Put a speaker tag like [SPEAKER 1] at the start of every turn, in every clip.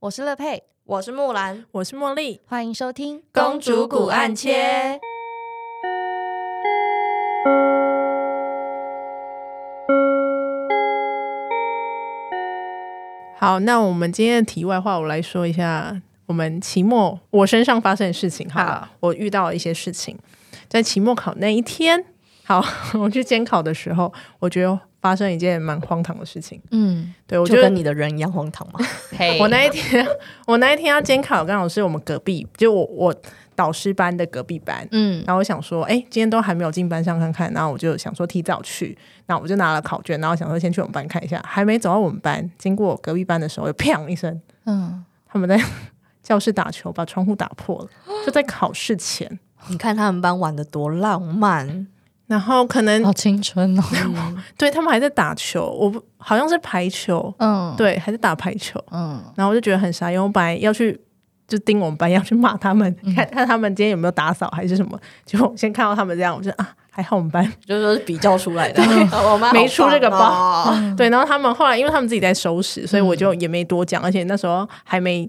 [SPEAKER 1] 我是乐佩，
[SPEAKER 2] 我是木兰，
[SPEAKER 3] 我是茉莉，
[SPEAKER 1] 欢迎收听《
[SPEAKER 2] 公主骨暗切》。
[SPEAKER 3] 好，那我们今天的题外话，我来说一下我们期末我身上发生的事情好了。
[SPEAKER 1] 好
[SPEAKER 3] 我遇到了一些事情，在期末考那一天， 好，我去监考的时候，我觉得发生一件蛮荒唐的事情。
[SPEAKER 1] 嗯，
[SPEAKER 3] 对我
[SPEAKER 2] 就
[SPEAKER 3] 觉得
[SPEAKER 2] 跟你的人一样荒唐嘛。
[SPEAKER 1] 嘿
[SPEAKER 3] 我那一天， 我那一天要监考，刚好是我们隔壁，就我我导师班的隔壁班。
[SPEAKER 1] 嗯
[SPEAKER 3] 然后我想说，哎、今天都还没有进班上看看，然后我就想说提早去，那我就拿了考卷，然后想说先去我们班看一下。还没走到我们班，经过隔壁班的时候，就 砰一声，
[SPEAKER 1] 嗯，
[SPEAKER 3] 他们在 教室打球，把窗户打破了，就在考试前。
[SPEAKER 2] 你看他们班玩的多浪漫，
[SPEAKER 3] 然后可能
[SPEAKER 1] 好青春哦。
[SPEAKER 3] 对他们还在打球，我不好像是排球，
[SPEAKER 1] 嗯，，
[SPEAKER 3] 对，还在打排球。
[SPEAKER 1] 嗯
[SPEAKER 3] 然后我就觉得很傻，因为我本来要去就盯我们班，要去骂他们，
[SPEAKER 1] 嗯
[SPEAKER 3] 看看他们今天有没有打扫还是什么。结果我先看到他们这样，我就啊，还好我们班
[SPEAKER 2] 就是说是比较出来的。 我妈
[SPEAKER 3] 没出这个包
[SPEAKER 2] 包，
[SPEAKER 3] 对，然后他们后来因为他们自己在收拾，所以我
[SPEAKER 2] 嗯
[SPEAKER 3] 就也没多讲，而且那时候还没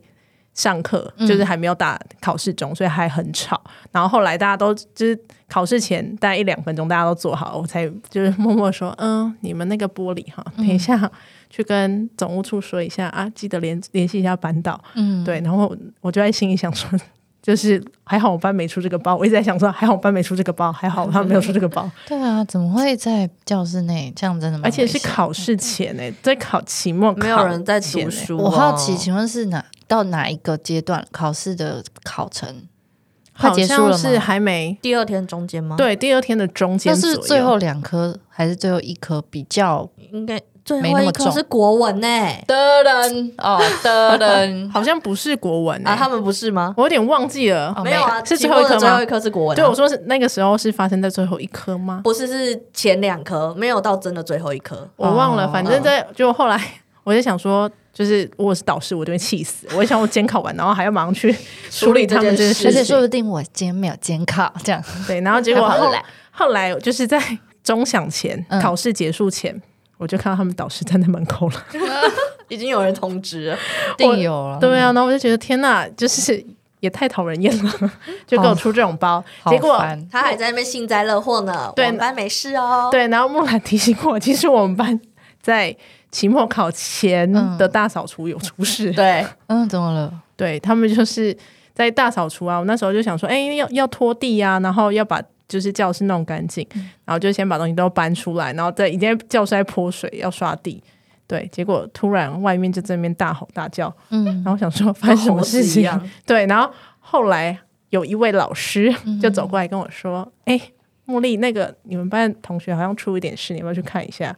[SPEAKER 3] 上课，
[SPEAKER 2] 嗯
[SPEAKER 3] 就是还没有打考试钟，所以还很吵。然后后来大家都就是考试前大概一两分钟，大家都坐好，我才就是 默默说，嗯，你们那个玻璃哈，
[SPEAKER 2] 嗯
[SPEAKER 3] 等一下。去跟总务处说一下啊，记得联联系一下班导。
[SPEAKER 1] 嗯，
[SPEAKER 3] 对，然后我我就在心里想说， 就是还好我班没出这个包，我一直在想说，还好我班没出这个包，还好他们没有出这个
[SPEAKER 2] 嗯
[SPEAKER 3] 包。
[SPEAKER 1] 对啊，怎么会在教室内这样？真的蛮
[SPEAKER 3] 而且
[SPEAKER 1] 危
[SPEAKER 3] 是
[SPEAKER 1] 险
[SPEAKER 3] 考试前诶、在考期末考前
[SPEAKER 2] 没
[SPEAKER 3] 欸，
[SPEAKER 2] 有人在读书。哦
[SPEAKER 1] 我好奇，请问是哪到哪一个阶段考试的考程？快
[SPEAKER 3] 好
[SPEAKER 1] 结束
[SPEAKER 3] 像
[SPEAKER 1] 了
[SPEAKER 3] 是
[SPEAKER 1] 吗？
[SPEAKER 3] 还没
[SPEAKER 2] 第二天中间吗？，
[SPEAKER 3] 对第二天的中间
[SPEAKER 1] 那
[SPEAKER 3] 左
[SPEAKER 1] 是
[SPEAKER 3] 右，
[SPEAKER 1] 最后两科还是最后一科比较
[SPEAKER 2] 应该最
[SPEAKER 1] 没
[SPEAKER 2] 后
[SPEAKER 1] 那
[SPEAKER 2] 一
[SPEAKER 1] 么
[SPEAKER 2] 科
[SPEAKER 1] 重
[SPEAKER 2] 是国文呢。
[SPEAKER 1] 的人哦的人
[SPEAKER 3] 好像不是国文、欸、
[SPEAKER 2] 啊，他们不是吗？
[SPEAKER 3] 我有点忘记了。
[SPEAKER 1] 哦
[SPEAKER 2] 没有啊，
[SPEAKER 3] 是
[SPEAKER 2] 期
[SPEAKER 3] 最后
[SPEAKER 2] 末
[SPEAKER 3] 一
[SPEAKER 2] 的
[SPEAKER 3] 科
[SPEAKER 2] 最后
[SPEAKER 3] 吗
[SPEAKER 2] 一？科是国文啊。
[SPEAKER 3] 对，我说是那个时候是发生在最后一科吗？
[SPEAKER 2] 不是是前两科，没有到真的最后一科。
[SPEAKER 3] 我忘了，
[SPEAKER 1] 哦
[SPEAKER 3] 反正在就后来 我就想说，就是我是导师，我就会气死。我想我监考完，然后还要马上去处理他们这件
[SPEAKER 1] 而
[SPEAKER 3] 事
[SPEAKER 1] 且说
[SPEAKER 3] 情。
[SPEAKER 1] 不定我今天没有监考，这样
[SPEAKER 3] 对，然后结果
[SPEAKER 1] 还跑
[SPEAKER 3] 后
[SPEAKER 1] 来
[SPEAKER 3] 后来就是在钟响前，
[SPEAKER 1] 嗯
[SPEAKER 3] 考试结束前，我就看到他们导师站在门口了。
[SPEAKER 2] 已经有人通知 了，
[SPEAKER 1] 一定有了。
[SPEAKER 3] 对啊，然后我就觉得天呐，就是也太讨人厌了， 就给我出这种包，
[SPEAKER 1] 好
[SPEAKER 3] 结果。
[SPEAKER 1] 烦哦
[SPEAKER 2] 他还在那边幸灾乐祸呢。
[SPEAKER 3] 对
[SPEAKER 2] 我们班没事哦。
[SPEAKER 3] 对，然后木兰提醒我，其实我们班在期末考前的大扫除有出事，
[SPEAKER 2] 对，
[SPEAKER 1] 嗯，怎么了？
[SPEAKER 3] 对他们就是在大扫除啊。我那时候就想说，哎、要要拖地啊，然后要把就是教室弄干净，然后就先把东西都搬出来，然后在已经在教室在泼水，要刷地。对，结果突然外面就在那边大吼大叫，
[SPEAKER 1] 嗯
[SPEAKER 3] 然，后我想说发生什么事
[SPEAKER 2] 跟猴子一
[SPEAKER 3] 情
[SPEAKER 2] 样？
[SPEAKER 3] 对，然后后来有一位老师
[SPEAKER 2] 嗯
[SPEAKER 3] 就走过来跟我说：“哎、茉莉，那个你们班同学好像出一点事，你要不要去看一下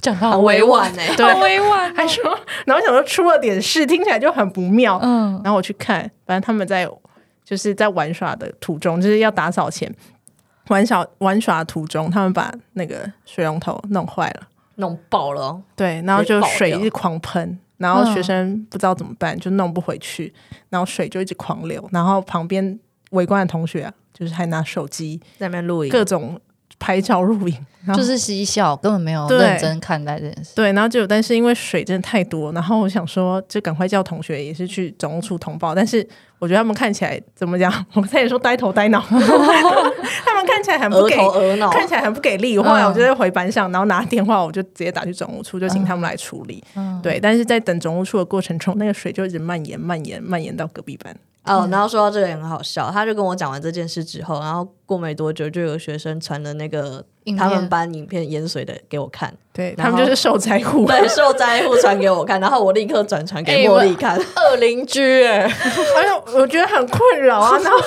[SPEAKER 1] 讲到
[SPEAKER 2] 很委婉欸呢、？”
[SPEAKER 3] 对，
[SPEAKER 1] 委婉
[SPEAKER 3] 还说，然后想说出了点事，听起来就很不妙。
[SPEAKER 1] 嗯
[SPEAKER 3] 然后我去看，反正他们在就是在玩耍的途中，就是要打扫前。玩耍玩耍途中，他们把那个水龙头弄坏了，
[SPEAKER 2] 弄爆了哦，
[SPEAKER 3] 对，然后就
[SPEAKER 2] 直接爆
[SPEAKER 3] 水
[SPEAKER 2] 掉
[SPEAKER 3] 一直狂喷，然后
[SPEAKER 1] 嗯
[SPEAKER 3] 学生不知道怎么办，就弄不回去，然后水就一直狂流，然后旁边围观的同学、啊、就是还拿手机
[SPEAKER 2] 在那边录影。
[SPEAKER 3] 各种拍照录影，然后
[SPEAKER 1] 就是嬉笑，根本没有
[SPEAKER 3] 对
[SPEAKER 1] 认真看待这件事。
[SPEAKER 3] 对，然后就但是因为水真的太多，然后我想说就赶快叫同学也是去总务处通报，但是我觉得他们看起来怎么讲，我差点说呆头呆脑， 他们看起来很不
[SPEAKER 2] 额
[SPEAKER 3] 给。
[SPEAKER 2] 头额脑，
[SPEAKER 3] 看起来很不给力，后来
[SPEAKER 1] 嗯
[SPEAKER 3] 我就在回班上，然后拿电话，我就直接打去总务处，就请他们来处理。
[SPEAKER 1] 嗯，
[SPEAKER 3] 对，但是在等总务处的过程中，那个水就一直蔓延、蔓延、蔓延到隔壁班。
[SPEAKER 2] 哦，然后说到这个也很好笑，他就跟我讲完这件事之后，然后过没多久就有学生传了那个
[SPEAKER 1] 影
[SPEAKER 2] 他们
[SPEAKER 1] 片
[SPEAKER 2] 班影片淹水的给我看，
[SPEAKER 3] 对
[SPEAKER 2] 然
[SPEAKER 3] 他
[SPEAKER 2] 后
[SPEAKER 3] 们就是受灾 户。
[SPEAKER 2] 对，受灾户传给我看，然后我立刻转传给茉莉看，
[SPEAKER 1] 恶邻居哎，
[SPEAKER 3] 而且我觉得很困扰 啊。然后，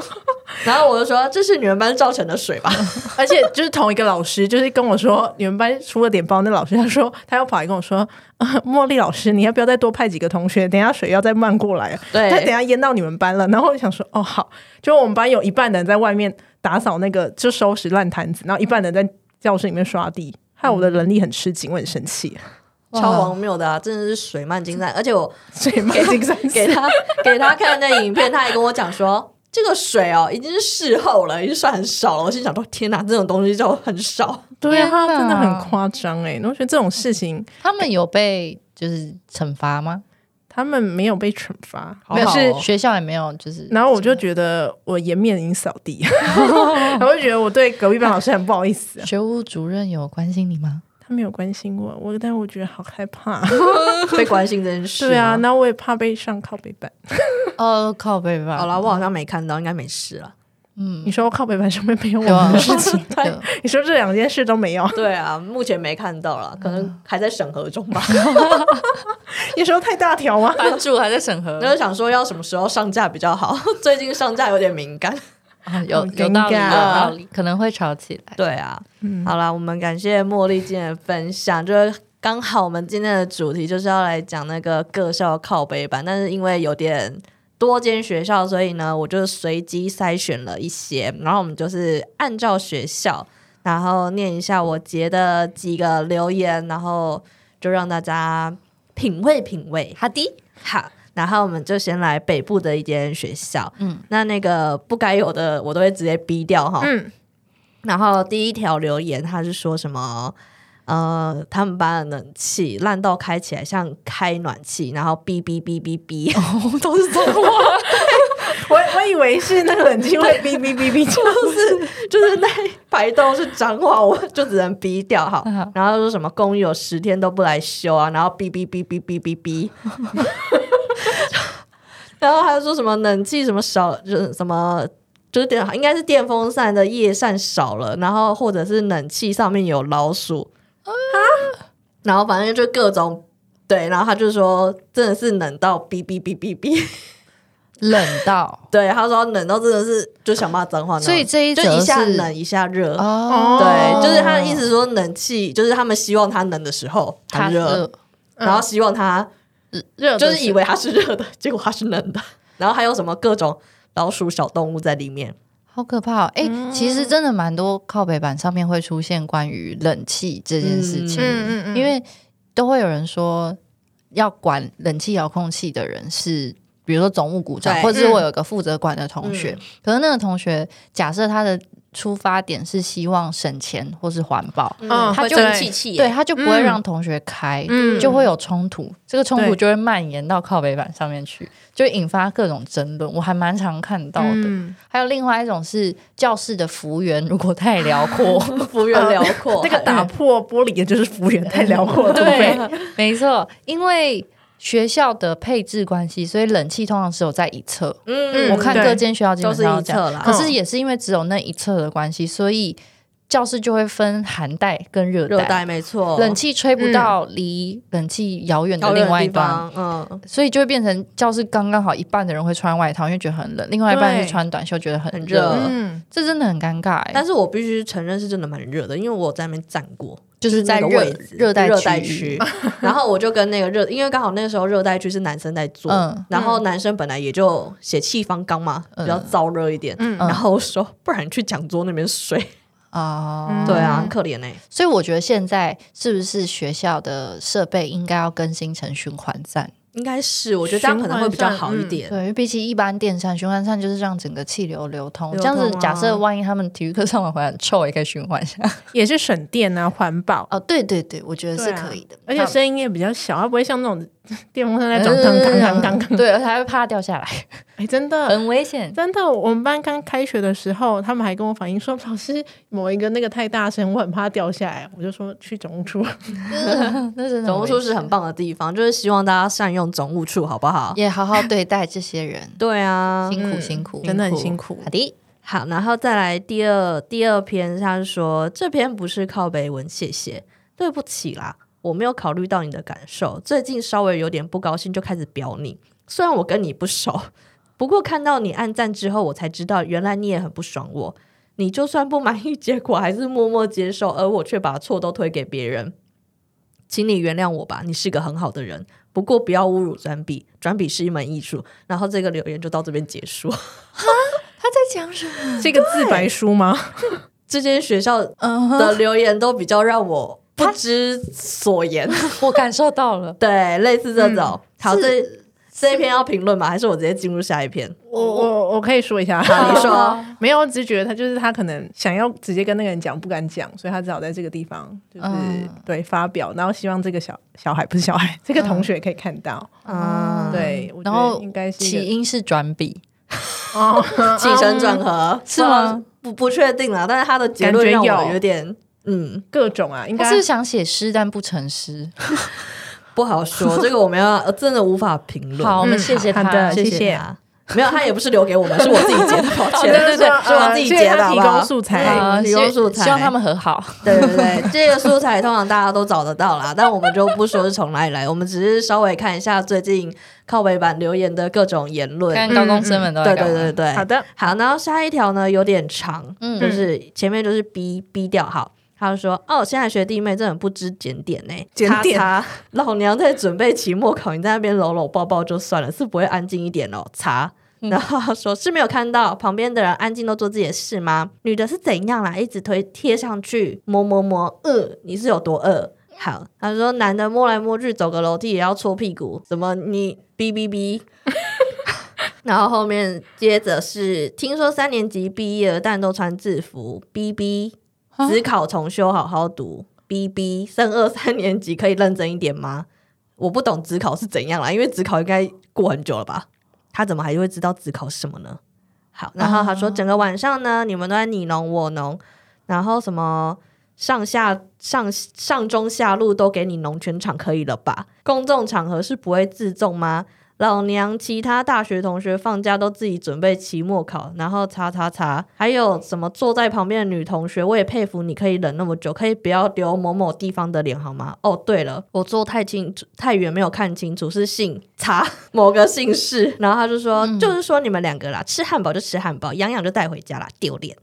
[SPEAKER 2] 然后我就说这是你们班造成的水吧？
[SPEAKER 3] 而且就是同一个老师，就是跟我说你们班出了点包，那老师他说他要跑来跟我说，呃茉莉老师，你要不要再多派几个同学？等一下水要再漫过来，他等一
[SPEAKER 2] 对，
[SPEAKER 3] 下淹到你们班了。然后我就想说，哦好，就我们班有一半人在外面打扫那个就收拾烂摊子，然后一半人在教室里面刷地，害我的能力很吃紧，我很生气。
[SPEAKER 2] 超荒谬的啊，真的是水漫金山，而且我
[SPEAKER 3] 所以 麦金山
[SPEAKER 2] 给他给他看那影片，他还跟我讲说。这个水哦，已经是事后了，已经算很少了。我心想说，天哪，这种东西就很 少。
[SPEAKER 3] 对啊，
[SPEAKER 1] 天哪
[SPEAKER 3] 他真的欸很夸张哎！我觉得这种事情，
[SPEAKER 1] 他们有被就是惩罚吗？
[SPEAKER 3] 他们没有被惩罚，
[SPEAKER 1] 没
[SPEAKER 3] 但
[SPEAKER 1] 有
[SPEAKER 3] 是
[SPEAKER 1] 学校也没有，就是
[SPEAKER 3] 然后我就觉得我颜面已经扫 地，然后我就觉得我对隔壁班老师很不好意思、啊，
[SPEAKER 1] 学务主任有关心你吗？
[SPEAKER 3] 他没有关心我，我但我觉得好害怕。
[SPEAKER 2] 被关心这件事。
[SPEAKER 3] 对啊，，那我也怕被上靠背板。
[SPEAKER 1] 哦，靠背吧。
[SPEAKER 2] 好了，我好像没看到，应该没事了。
[SPEAKER 3] 你说靠背板上面没有我
[SPEAKER 1] 对啊
[SPEAKER 3] 们的事情，
[SPEAKER 1] 对，
[SPEAKER 3] 你说这两件事都没有，
[SPEAKER 2] 对啊，目前没看到了，可能还在审核中 吧。
[SPEAKER 3] 你说太大条吗？
[SPEAKER 1] 班主还在审核
[SPEAKER 2] 然后想说要什么时候上架比较好， 最近上架有点敏感。
[SPEAKER 1] 啊有
[SPEAKER 3] 很
[SPEAKER 1] 有道理，
[SPEAKER 3] 尴
[SPEAKER 1] 有
[SPEAKER 3] 尬
[SPEAKER 1] 道理，可能会吵起来。
[SPEAKER 2] 对啊，
[SPEAKER 1] 嗯
[SPEAKER 2] 好啦，我们感谢茉莉今天的分享，就是刚好我们今天的主题就是要来讲那个各校靠背版，但是因为有点多间学校，所以呢，我就随机筛选了一些，然后我们就是按照学校，然后念一下我截的几个留言，然后就让大家品味品味。
[SPEAKER 1] 好的，
[SPEAKER 2] 好，然后我们就先来北部的一间学校，嗯，那那个不该有的我都会直接逼 掉哈，
[SPEAKER 3] 嗯，
[SPEAKER 2] 然后第一条留言，他是说什么？呃，他们班的冷气烂到开起来像开暖气，然后哔哔哔哔哔，哦都是这种话，
[SPEAKER 3] 我我以为是那个冷气会哔哔哔哔叫，
[SPEAKER 2] 就是那白洞是脏话，我就只能逼掉哈。
[SPEAKER 1] 嗯
[SPEAKER 2] 然后说什么公寓有十天都不来修啊，然后哔哔哔哔哔哔哔。 然后还说什么冷气什么少，就是什么就是电应该是电风扇的叶扇少了，然后或者是冷气上面有老鼠啊，然后反正就各种对，然后他就说真的是冷到哔哔哔哔哔，
[SPEAKER 1] 冷 到，
[SPEAKER 2] 对，他说冷到真的是就想骂脏话那种，
[SPEAKER 1] 所以这一
[SPEAKER 2] 就
[SPEAKER 1] 则
[SPEAKER 2] 一下
[SPEAKER 1] 是
[SPEAKER 2] 冷一下热，
[SPEAKER 1] 哦，
[SPEAKER 2] 对，就是他的意思说冷气，就是他们希望它冷的时候它
[SPEAKER 1] 他
[SPEAKER 2] 热，
[SPEAKER 1] 热嗯
[SPEAKER 2] 然后希望它
[SPEAKER 3] 热
[SPEAKER 2] 就
[SPEAKER 3] 的
[SPEAKER 2] 是以为它是热的，结果它是冷的。然后还有什么各种老鼠、小动物在里面，
[SPEAKER 1] 好可怕哦！哎，
[SPEAKER 3] 嗯
[SPEAKER 1] 其实真的蛮多靠北板上面会出现关于冷气这件事情，
[SPEAKER 3] 嗯嗯嗯，
[SPEAKER 1] 因为都会有人说要管冷气遥控器的人是，比如说总务股长，
[SPEAKER 2] 对
[SPEAKER 1] 或者是
[SPEAKER 3] 嗯
[SPEAKER 1] 我有一个负责管的同学。
[SPEAKER 2] 嗯
[SPEAKER 1] 可是那个同学，假设他的出发点是希望省钱或是环保，
[SPEAKER 3] 嗯
[SPEAKER 1] 他
[SPEAKER 4] 会
[SPEAKER 1] 就
[SPEAKER 4] 生气气
[SPEAKER 1] 对
[SPEAKER 4] 耶，
[SPEAKER 1] 他就不会让同学开，
[SPEAKER 3] 嗯
[SPEAKER 1] 就会有冲突，这个冲突
[SPEAKER 3] 对
[SPEAKER 1] 就会蔓延到靠北板上面去，就引发各种争论。我还蛮常看到的。
[SPEAKER 3] 嗯
[SPEAKER 1] 还有另外一种是教室的服务员， 如果太辽 阔，
[SPEAKER 2] 幅员辽阔，
[SPEAKER 3] 那个打破玻璃的就是服务员太辽阔了，
[SPEAKER 1] 嗯对，
[SPEAKER 2] 啊
[SPEAKER 1] 没错，因为学校的配置关系，所以冷气通常是有在一侧。
[SPEAKER 2] 嗯
[SPEAKER 1] 我看
[SPEAKER 3] 对
[SPEAKER 1] 各间学校基
[SPEAKER 2] 都
[SPEAKER 1] 本
[SPEAKER 2] 是
[SPEAKER 1] 上
[SPEAKER 2] 一
[SPEAKER 1] 都这样，
[SPEAKER 2] 侧啦
[SPEAKER 1] 可，是也是因为只有那一侧的关系，所以教室就会分寒带跟热
[SPEAKER 2] 热
[SPEAKER 1] 带。
[SPEAKER 2] 带哦没错，
[SPEAKER 1] 冷气吹不到离冷气遥远的
[SPEAKER 2] 遥远
[SPEAKER 1] 另
[SPEAKER 2] 的
[SPEAKER 1] 外一
[SPEAKER 2] 地
[SPEAKER 1] 端，
[SPEAKER 2] 方，嗯，
[SPEAKER 1] 所以就会变成教室刚刚好一半的人会穿外套，因为觉得很冷；，另外一半
[SPEAKER 3] 对
[SPEAKER 1] 是穿短袖，觉得很
[SPEAKER 2] 很
[SPEAKER 1] 热。
[SPEAKER 2] 热
[SPEAKER 3] 嗯，
[SPEAKER 1] 这真的很尴尬、欸，
[SPEAKER 2] 但是我必须承认是真的蛮热的，因为我在那边站过，
[SPEAKER 1] 就是在
[SPEAKER 2] 那个
[SPEAKER 1] 热
[SPEAKER 2] 位置
[SPEAKER 1] 热带
[SPEAKER 2] 热带
[SPEAKER 1] 区
[SPEAKER 2] 区
[SPEAKER 1] 域，，
[SPEAKER 2] 然后我就跟那个热，因为刚好那个时候热带区是男生在做，
[SPEAKER 1] 嗯
[SPEAKER 2] 然后男生本来也就血气方刚嘛，比较燥热一点，
[SPEAKER 3] 嗯
[SPEAKER 2] 然后我说不然去讲桌那边睡，
[SPEAKER 1] 啊、
[SPEAKER 3] 嗯
[SPEAKER 2] 对啊，很可怜哎、
[SPEAKER 1] 所以我觉得现在是不是学校的设备应该要更新成循环扇？
[SPEAKER 2] 应该是我觉得这样可能会比较好一点，
[SPEAKER 1] 对，因为比起一般电扇，循环扇就是让整个气流流通。
[SPEAKER 2] 流
[SPEAKER 1] 这样子，
[SPEAKER 2] 通啊
[SPEAKER 1] 假设万一他们体育课上完回来很臭，也可以循环一下。
[SPEAKER 3] 也是省电啊，环保。
[SPEAKER 1] 哦，对对对，我觉得是
[SPEAKER 3] 对啊
[SPEAKER 1] 可以的，
[SPEAKER 3] 而且声音也比较小，它不会像那种 电风扇在转，当
[SPEAKER 1] 嗯
[SPEAKER 3] 当当当当。
[SPEAKER 1] 呃 对，而且还会怕掉下来，
[SPEAKER 3] 哎，真的，
[SPEAKER 1] 很危险。
[SPEAKER 3] 真的，我们班刚开学的时候，他们还跟我反映说，老师某一个那个太大声，我很怕掉下来。我就说去总务处，
[SPEAKER 1] 那 真的
[SPEAKER 2] 总务处
[SPEAKER 1] 危险
[SPEAKER 2] 是很棒的地方，就是希望大家善用总务处，好不好？
[SPEAKER 1] 也好好对待这些人，
[SPEAKER 2] 对啊，
[SPEAKER 1] 辛苦辛苦，
[SPEAKER 3] 嗯真的很辛苦。
[SPEAKER 1] 好嗯的，
[SPEAKER 2] 好，然后再来第二第二篇，他是说这篇不是靠北文，谢谢，对不起啦，我没有考虑到你的感受，最近稍微有点不高兴，就开始表你。虽然我跟你不熟，不过看到你按赞之后，我才知道原来你也很不爽我。你就算不满意结果，还是默默接受，而我却把错都推给别人。请你原谅我吧，你是个很好的人，不过不要侮辱转笔， 转笔是一门艺术。然后这个留言就到这边结束。
[SPEAKER 1] 他在讲什么？
[SPEAKER 3] 这个自白书吗？
[SPEAKER 2] 这间学校
[SPEAKER 1] 嗯 哼，
[SPEAKER 2] 的留言都比较让我不知所言，
[SPEAKER 1] 我感受到了，
[SPEAKER 3] 嗯
[SPEAKER 2] 对，类似这种。好，这这一篇要评论吗？还是我直接进入下一篇？
[SPEAKER 3] 我我我可以说一下，
[SPEAKER 2] 好，你说。
[SPEAKER 3] 没有，我只是觉得他就是他可能想要直接跟那个人讲，不敢讲，所以他只好在这个地方就是、
[SPEAKER 1] 嗯
[SPEAKER 3] 对发表，然后希望这个小小孩不是 小孩，这个同学可以看到。
[SPEAKER 2] 嗯，
[SPEAKER 3] 对，我觉
[SPEAKER 1] 然
[SPEAKER 3] 得
[SPEAKER 1] 后
[SPEAKER 3] 应该是一个
[SPEAKER 1] 起因是转笔，
[SPEAKER 3] 哦，
[SPEAKER 2] 起承转合
[SPEAKER 1] 是吗？
[SPEAKER 2] 嗯不不确定啦，但是他的结论
[SPEAKER 3] 感觉
[SPEAKER 2] 让我
[SPEAKER 3] 有
[SPEAKER 2] 有点嗯
[SPEAKER 3] 各种啊，应
[SPEAKER 1] 他
[SPEAKER 3] 该
[SPEAKER 1] 是不是想写诗但不成诗。
[SPEAKER 2] 不好说， 这个我们要呃真的无法评论。
[SPEAKER 1] 好，我们
[SPEAKER 3] 嗯
[SPEAKER 1] 谢谢
[SPEAKER 3] 好
[SPEAKER 1] 他，
[SPEAKER 3] 的
[SPEAKER 2] 谢
[SPEAKER 3] 谢谢
[SPEAKER 2] 他。没有，他也不是留给我们，是我自己截的，抱歉。
[SPEAKER 3] 哦对对对
[SPEAKER 2] 是我自
[SPEAKER 3] 呃
[SPEAKER 2] 己截
[SPEAKER 3] 谢谢
[SPEAKER 2] 的，
[SPEAKER 3] 他
[SPEAKER 2] 好
[SPEAKER 3] 提
[SPEAKER 2] 不
[SPEAKER 3] 供
[SPEAKER 2] 好
[SPEAKER 3] 素材啊
[SPEAKER 2] 嗯
[SPEAKER 1] 呃
[SPEAKER 2] 提供素材，
[SPEAKER 1] 希望他们和好。
[SPEAKER 2] 对对对，这个素材通常大家都找得到啦，但我们就不说是从哪里来，我们只是稍微看一下最近靠北版留言的各种言论。
[SPEAKER 1] 看
[SPEAKER 2] 对嗯
[SPEAKER 1] 高中生们都在
[SPEAKER 2] 对
[SPEAKER 1] 干嘛
[SPEAKER 2] 对对，
[SPEAKER 3] 好的，
[SPEAKER 2] 好，然后下一条呢有点长，
[SPEAKER 1] 嗯
[SPEAKER 2] 就是前面就是 B B 调好。他就说：“哦，现在学弟妹真的很不知检点欸呢、
[SPEAKER 3] 检点
[SPEAKER 2] 叉叉老娘在准备期末考，你在那边搂搂抱抱就算了，是不会安静一点哦？查。”
[SPEAKER 3] 嗯
[SPEAKER 2] 然后他说：“是没有看到旁边的人安静都做自己的事吗？女的是怎样啦？一直推贴上去，摸摸摸，呃，你是有多饿？”好，他说：“男的摸来摸去，走个楼梯也要搓屁股，怎么你哔哔哔？” 然后后面接着是听说三年级毕业了，但都穿制服，B B，只考重修，好好读，B B，升二三年级可以认真一点吗？我不懂职考是怎样啦，因为职考应该过很久了吧？他怎么还会知道职考是什么呢？好，然后他说整个晚上呢，你们都在你侬我侬，然后什么上下上上中下路都给你农全场可以了吧？公众场合是不会自重吗？老娘其他大学同学放假都自己准备期末考，然后查查查，还有什么坐在旁边的女同学，我也佩服你可以忍那么久，可以不要留某某地方的脸好吗？哦，对了，我坐太清楚太远没有看清楚是姓查 某个姓氏，然后他就说、就是说你们两个啦，吃汉堡就吃汉堡，养养就带回家啦，丢脸。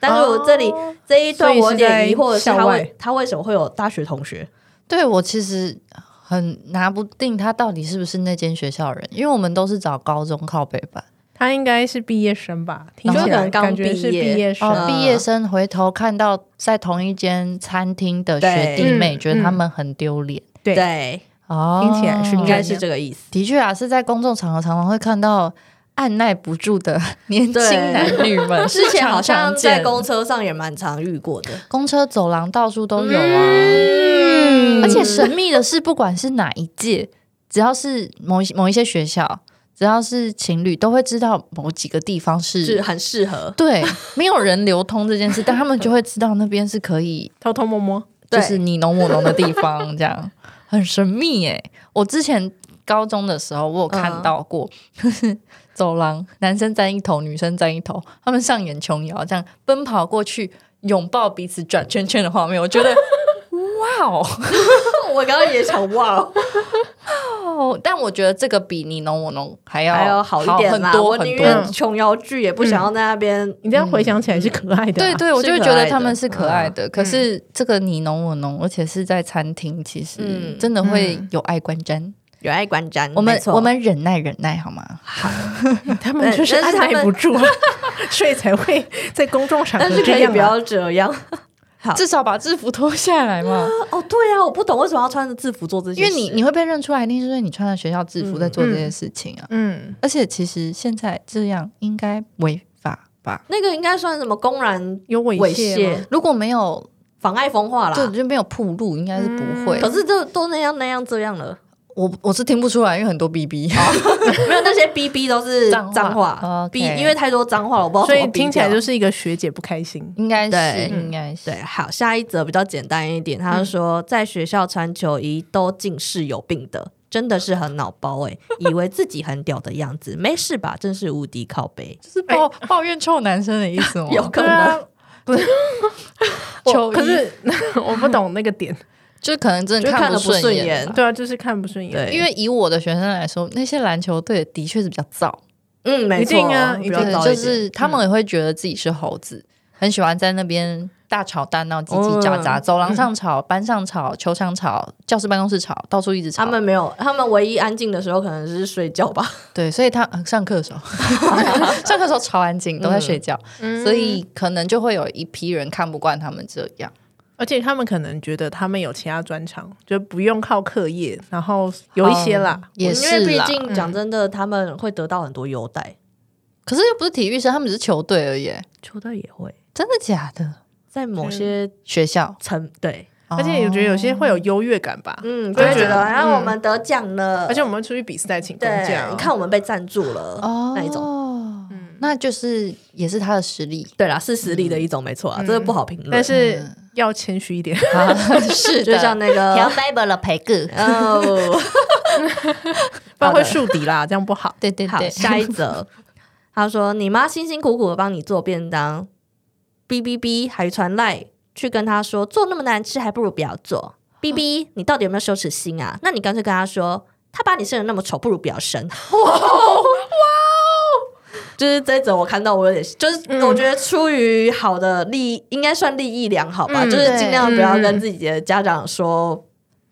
[SPEAKER 2] 但是我这里、
[SPEAKER 3] 哦
[SPEAKER 2] 这一
[SPEAKER 3] 所
[SPEAKER 2] 段
[SPEAKER 3] 以
[SPEAKER 2] 我有
[SPEAKER 3] 是
[SPEAKER 2] 点
[SPEAKER 3] 在
[SPEAKER 2] 疑惑的是，他
[SPEAKER 3] 校
[SPEAKER 2] 为
[SPEAKER 3] 外
[SPEAKER 2] 他为什么会有大学同学？
[SPEAKER 1] 对我其实很拿不定他到底是不是那间学校的人，因为我们都是找高中靠北版。
[SPEAKER 3] 他应该是毕业生吧？听
[SPEAKER 2] 就
[SPEAKER 3] 起
[SPEAKER 2] 可
[SPEAKER 3] 来
[SPEAKER 2] 能刚
[SPEAKER 3] 感觉是
[SPEAKER 2] 毕业
[SPEAKER 3] 毕业生，
[SPEAKER 1] 哦，毕业生回头看到在同一间餐厅的学弟妹，
[SPEAKER 3] 对
[SPEAKER 1] 觉得他们很丢脸。
[SPEAKER 3] 对
[SPEAKER 2] 对，
[SPEAKER 1] 哦，
[SPEAKER 3] 听起来是
[SPEAKER 2] 应该是
[SPEAKER 3] 嗯
[SPEAKER 2] 这个意思。
[SPEAKER 1] 的确啊，是在公众场合常常会看到按耐不住的 年轻
[SPEAKER 2] 对
[SPEAKER 1] 男女们，
[SPEAKER 2] 之前
[SPEAKER 1] 常
[SPEAKER 2] 好像
[SPEAKER 1] 常
[SPEAKER 2] 在
[SPEAKER 1] 见
[SPEAKER 2] 公车上也蛮常遇过的，
[SPEAKER 1] 公车走廊到处都有啊。
[SPEAKER 2] 嗯
[SPEAKER 1] 而且神秘的是，不管是哪一届，只要是某一某一些学校，只要是情侣，都会知道某几个地方是
[SPEAKER 2] 是很 适合。
[SPEAKER 1] 对没有人流通这件事，但他们就会知道那边是可以
[SPEAKER 3] 偷偷摸摸，
[SPEAKER 2] 对
[SPEAKER 1] 就是你侬我侬的地方，这样很神秘耶、我之前高中的时候，我有
[SPEAKER 2] 嗯
[SPEAKER 1] 看到过，就是 走廊男生站一头，女生站一头，他们上演琼瑶，这样奔跑过去，拥抱彼此，转圈圈的画面，我 觉得哇哦
[SPEAKER 2] 我刚刚也想哇哦，
[SPEAKER 1] 哦！但我觉得这个比你侬我侬还要
[SPEAKER 2] 还要好
[SPEAKER 1] 好
[SPEAKER 2] 一点
[SPEAKER 1] 很
[SPEAKER 2] 啦。
[SPEAKER 1] 多
[SPEAKER 2] 我
[SPEAKER 1] 很
[SPEAKER 2] 宁
[SPEAKER 1] 多。
[SPEAKER 2] 愿琼瑶剧也不想要在那边。
[SPEAKER 3] 你这样回想起来是可爱的啊、
[SPEAKER 1] 对对，我
[SPEAKER 2] 是
[SPEAKER 1] 就会
[SPEAKER 2] 可
[SPEAKER 1] 觉得
[SPEAKER 2] 爱
[SPEAKER 1] 他
[SPEAKER 2] 的嗯
[SPEAKER 1] 们是可爱的，可是这个你侬我侬，而且是在餐厅，其实
[SPEAKER 2] 嗯
[SPEAKER 1] 真的会
[SPEAKER 3] 嗯
[SPEAKER 1] 有爱观瞻。
[SPEAKER 2] 有爱观瞻，
[SPEAKER 1] 我们
[SPEAKER 2] 没错
[SPEAKER 1] 我们忍耐忍耐好吗？
[SPEAKER 3] 他们就是按
[SPEAKER 2] 但但是他们
[SPEAKER 3] 耐不住啊， 所以才会在公众场合
[SPEAKER 2] 但是可
[SPEAKER 3] 这
[SPEAKER 2] 以
[SPEAKER 3] 样、啊。
[SPEAKER 2] 不要这样。
[SPEAKER 1] 至少把制服脱下来嘛，
[SPEAKER 2] 哦，对啊，我不懂为什么要穿着制服做这 些
[SPEAKER 1] 因
[SPEAKER 2] 事，
[SPEAKER 1] 为你你会被认出来，一定是因为你穿了学校制服
[SPEAKER 2] 嗯
[SPEAKER 1] 在做这些事情啊。
[SPEAKER 3] 嗯，
[SPEAKER 1] 而且其实现在这样应该违法吧？
[SPEAKER 2] 那个应该算什么公然
[SPEAKER 3] 有猥
[SPEAKER 2] 猥
[SPEAKER 3] 亵吗
[SPEAKER 2] 亵、
[SPEAKER 1] 如果没有
[SPEAKER 2] 妨碍风化
[SPEAKER 1] 对
[SPEAKER 2] 嗯啦？嗯
[SPEAKER 1] 就没有铺路，应该是不会。
[SPEAKER 2] 可是这都那样那样这样了，
[SPEAKER 1] 我我是听不出来，因为很多 BB
[SPEAKER 2] 没有那些逼逼都是
[SPEAKER 1] 脏话
[SPEAKER 2] 脏话
[SPEAKER 1] 哦
[SPEAKER 2] 逼，
[SPEAKER 1] ，OK
[SPEAKER 2] 因为太多脏话了，我不知道
[SPEAKER 3] 所
[SPEAKER 2] 怎么
[SPEAKER 3] 以
[SPEAKER 2] 逼
[SPEAKER 3] 听起来
[SPEAKER 2] 掉
[SPEAKER 3] 就是一个学姐不开心。
[SPEAKER 1] 应该
[SPEAKER 2] 对
[SPEAKER 1] 是应该是
[SPEAKER 2] 对，好，下一则比较简单一点，他就说、在学校穿球衣都近视有病的，真的是很脑包哎、以为自己很屌的样子，没事吧？真是无敌靠背，？
[SPEAKER 1] 就是抱抱怨臭男生的意思吗
[SPEAKER 2] 哎 有可能、啊
[SPEAKER 1] 球
[SPEAKER 3] 我
[SPEAKER 1] 衣
[SPEAKER 3] 啊可是我不懂那个点，
[SPEAKER 1] 就可能真
[SPEAKER 2] 就
[SPEAKER 1] 的
[SPEAKER 2] 看
[SPEAKER 1] 看
[SPEAKER 2] 得不顺
[SPEAKER 1] 顺
[SPEAKER 2] 眼
[SPEAKER 1] 啊
[SPEAKER 3] 对啊，就是看不顺眼。
[SPEAKER 2] 对
[SPEAKER 1] 因为以我的学生来说，那些篮球队的确是比较燥，
[SPEAKER 2] 嗯，没
[SPEAKER 3] 一
[SPEAKER 2] 错，
[SPEAKER 3] 定啊
[SPEAKER 2] 比
[SPEAKER 3] 一
[SPEAKER 2] 较
[SPEAKER 3] 定
[SPEAKER 1] 对，
[SPEAKER 2] 糟
[SPEAKER 1] 就
[SPEAKER 2] 一点嗯
[SPEAKER 1] 是他们也会觉得自己是猴子，很喜欢在那边大吵大闹、叽叽喳
[SPEAKER 2] 嗯
[SPEAKER 1] 喳， 走廊上吵、班上吵、球场吵、教室办公室吵，到处一直吵。
[SPEAKER 2] 他们没有，他们唯一安静的时候可能是睡觉吧。
[SPEAKER 1] 对，所以他呃上课的时候， 上课的时候
[SPEAKER 2] 嗯
[SPEAKER 1] 超安静，都在睡觉，所以可能就会有一批人看不惯他们这样。
[SPEAKER 3] 而且他们可能觉得他们有其他专长，就不用靠课业，然后有一些啦，
[SPEAKER 1] 嗯也
[SPEAKER 2] 嗯因为
[SPEAKER 1] 是
[SPEAKER 2] 毕
[SPEAKER 1] 啦。
[SPEAKER 2] 竟讲真的，他们会得到很多优待，
[SPEAKER 1] 可是又不是体育生，他们只是球队而已，
[SPEAKER 2] 球队也会
[SPEAKER 1] 真的假的？
[SPEAKER 2] 在某些
[SPEAKER 1] 学校，
[SPEAKER 2] 层对，
[SPEAKER 3] 而且我觉得有些会有优越感吧。
[SPEAKER 2] 嗯，
[SPEAKER 3] 就
[SPEAKER 2] 就
[SPEAKER 3] 会
[SPEAKER 2] 会
[SPEAKER 3] 觉
[SPEAKER 2] 觉
[SPEAKER 3] 得
[SPEAKER 2] 得，然后我们得奖了，
[SPEAKER 3] 而且我们出去比赛请公假
[SPEAKER 2] 哦对，
[SPEAKER 3] 哦，
[SPEAKER 2] 你看我们被赞助了
[SPEAKER 1] 哦
[SPEAKER 2] 那一种。
[SPEAKER 1] 嗯，那就是也是他的实力
[SPEAKER 2] 对啦，是实力的一种，没错
[SPEAKER 1] 嗯
[SPEAKER 2] 啊，这个不好评论。
[SPEAKER 3] 但是要谦虚一点。
[SPEAKER 1] 啊，是
[SPEAKER 2] 就像那个，
[SPEAKER 1] Bible 了培个，
[SPEAKER 2] 哦，
[SPEAKER 3] 不然会树敌啦，这样不好。
[SPEAKER 1] 对对
[SPEAKER 2] 好，
[SPEAKER 1] 对，
[SPEAKER 2] 下一则，他说：“你妈辛辛苦苦的帮你做便当，哔哔哔，还传赖去跟他说做那么难吃，还不如不要做。哔哔，你到底有没有羞耻心啊？那你干脆跟他说，他把你生的那么丑，不如不要生。哇哇哦！就是这一则我看到我有点，就是我觉得出于好的利益，应该算利益良好吧，
[SPEAKER 3] 嗯
[SPEAKER 2] 就是尽量
[SPEAKER 3] 对
[SPEAKER 2] 不要
[SPEAKER 3] 嗯
[SPEAKER 2] 跟自己的家长说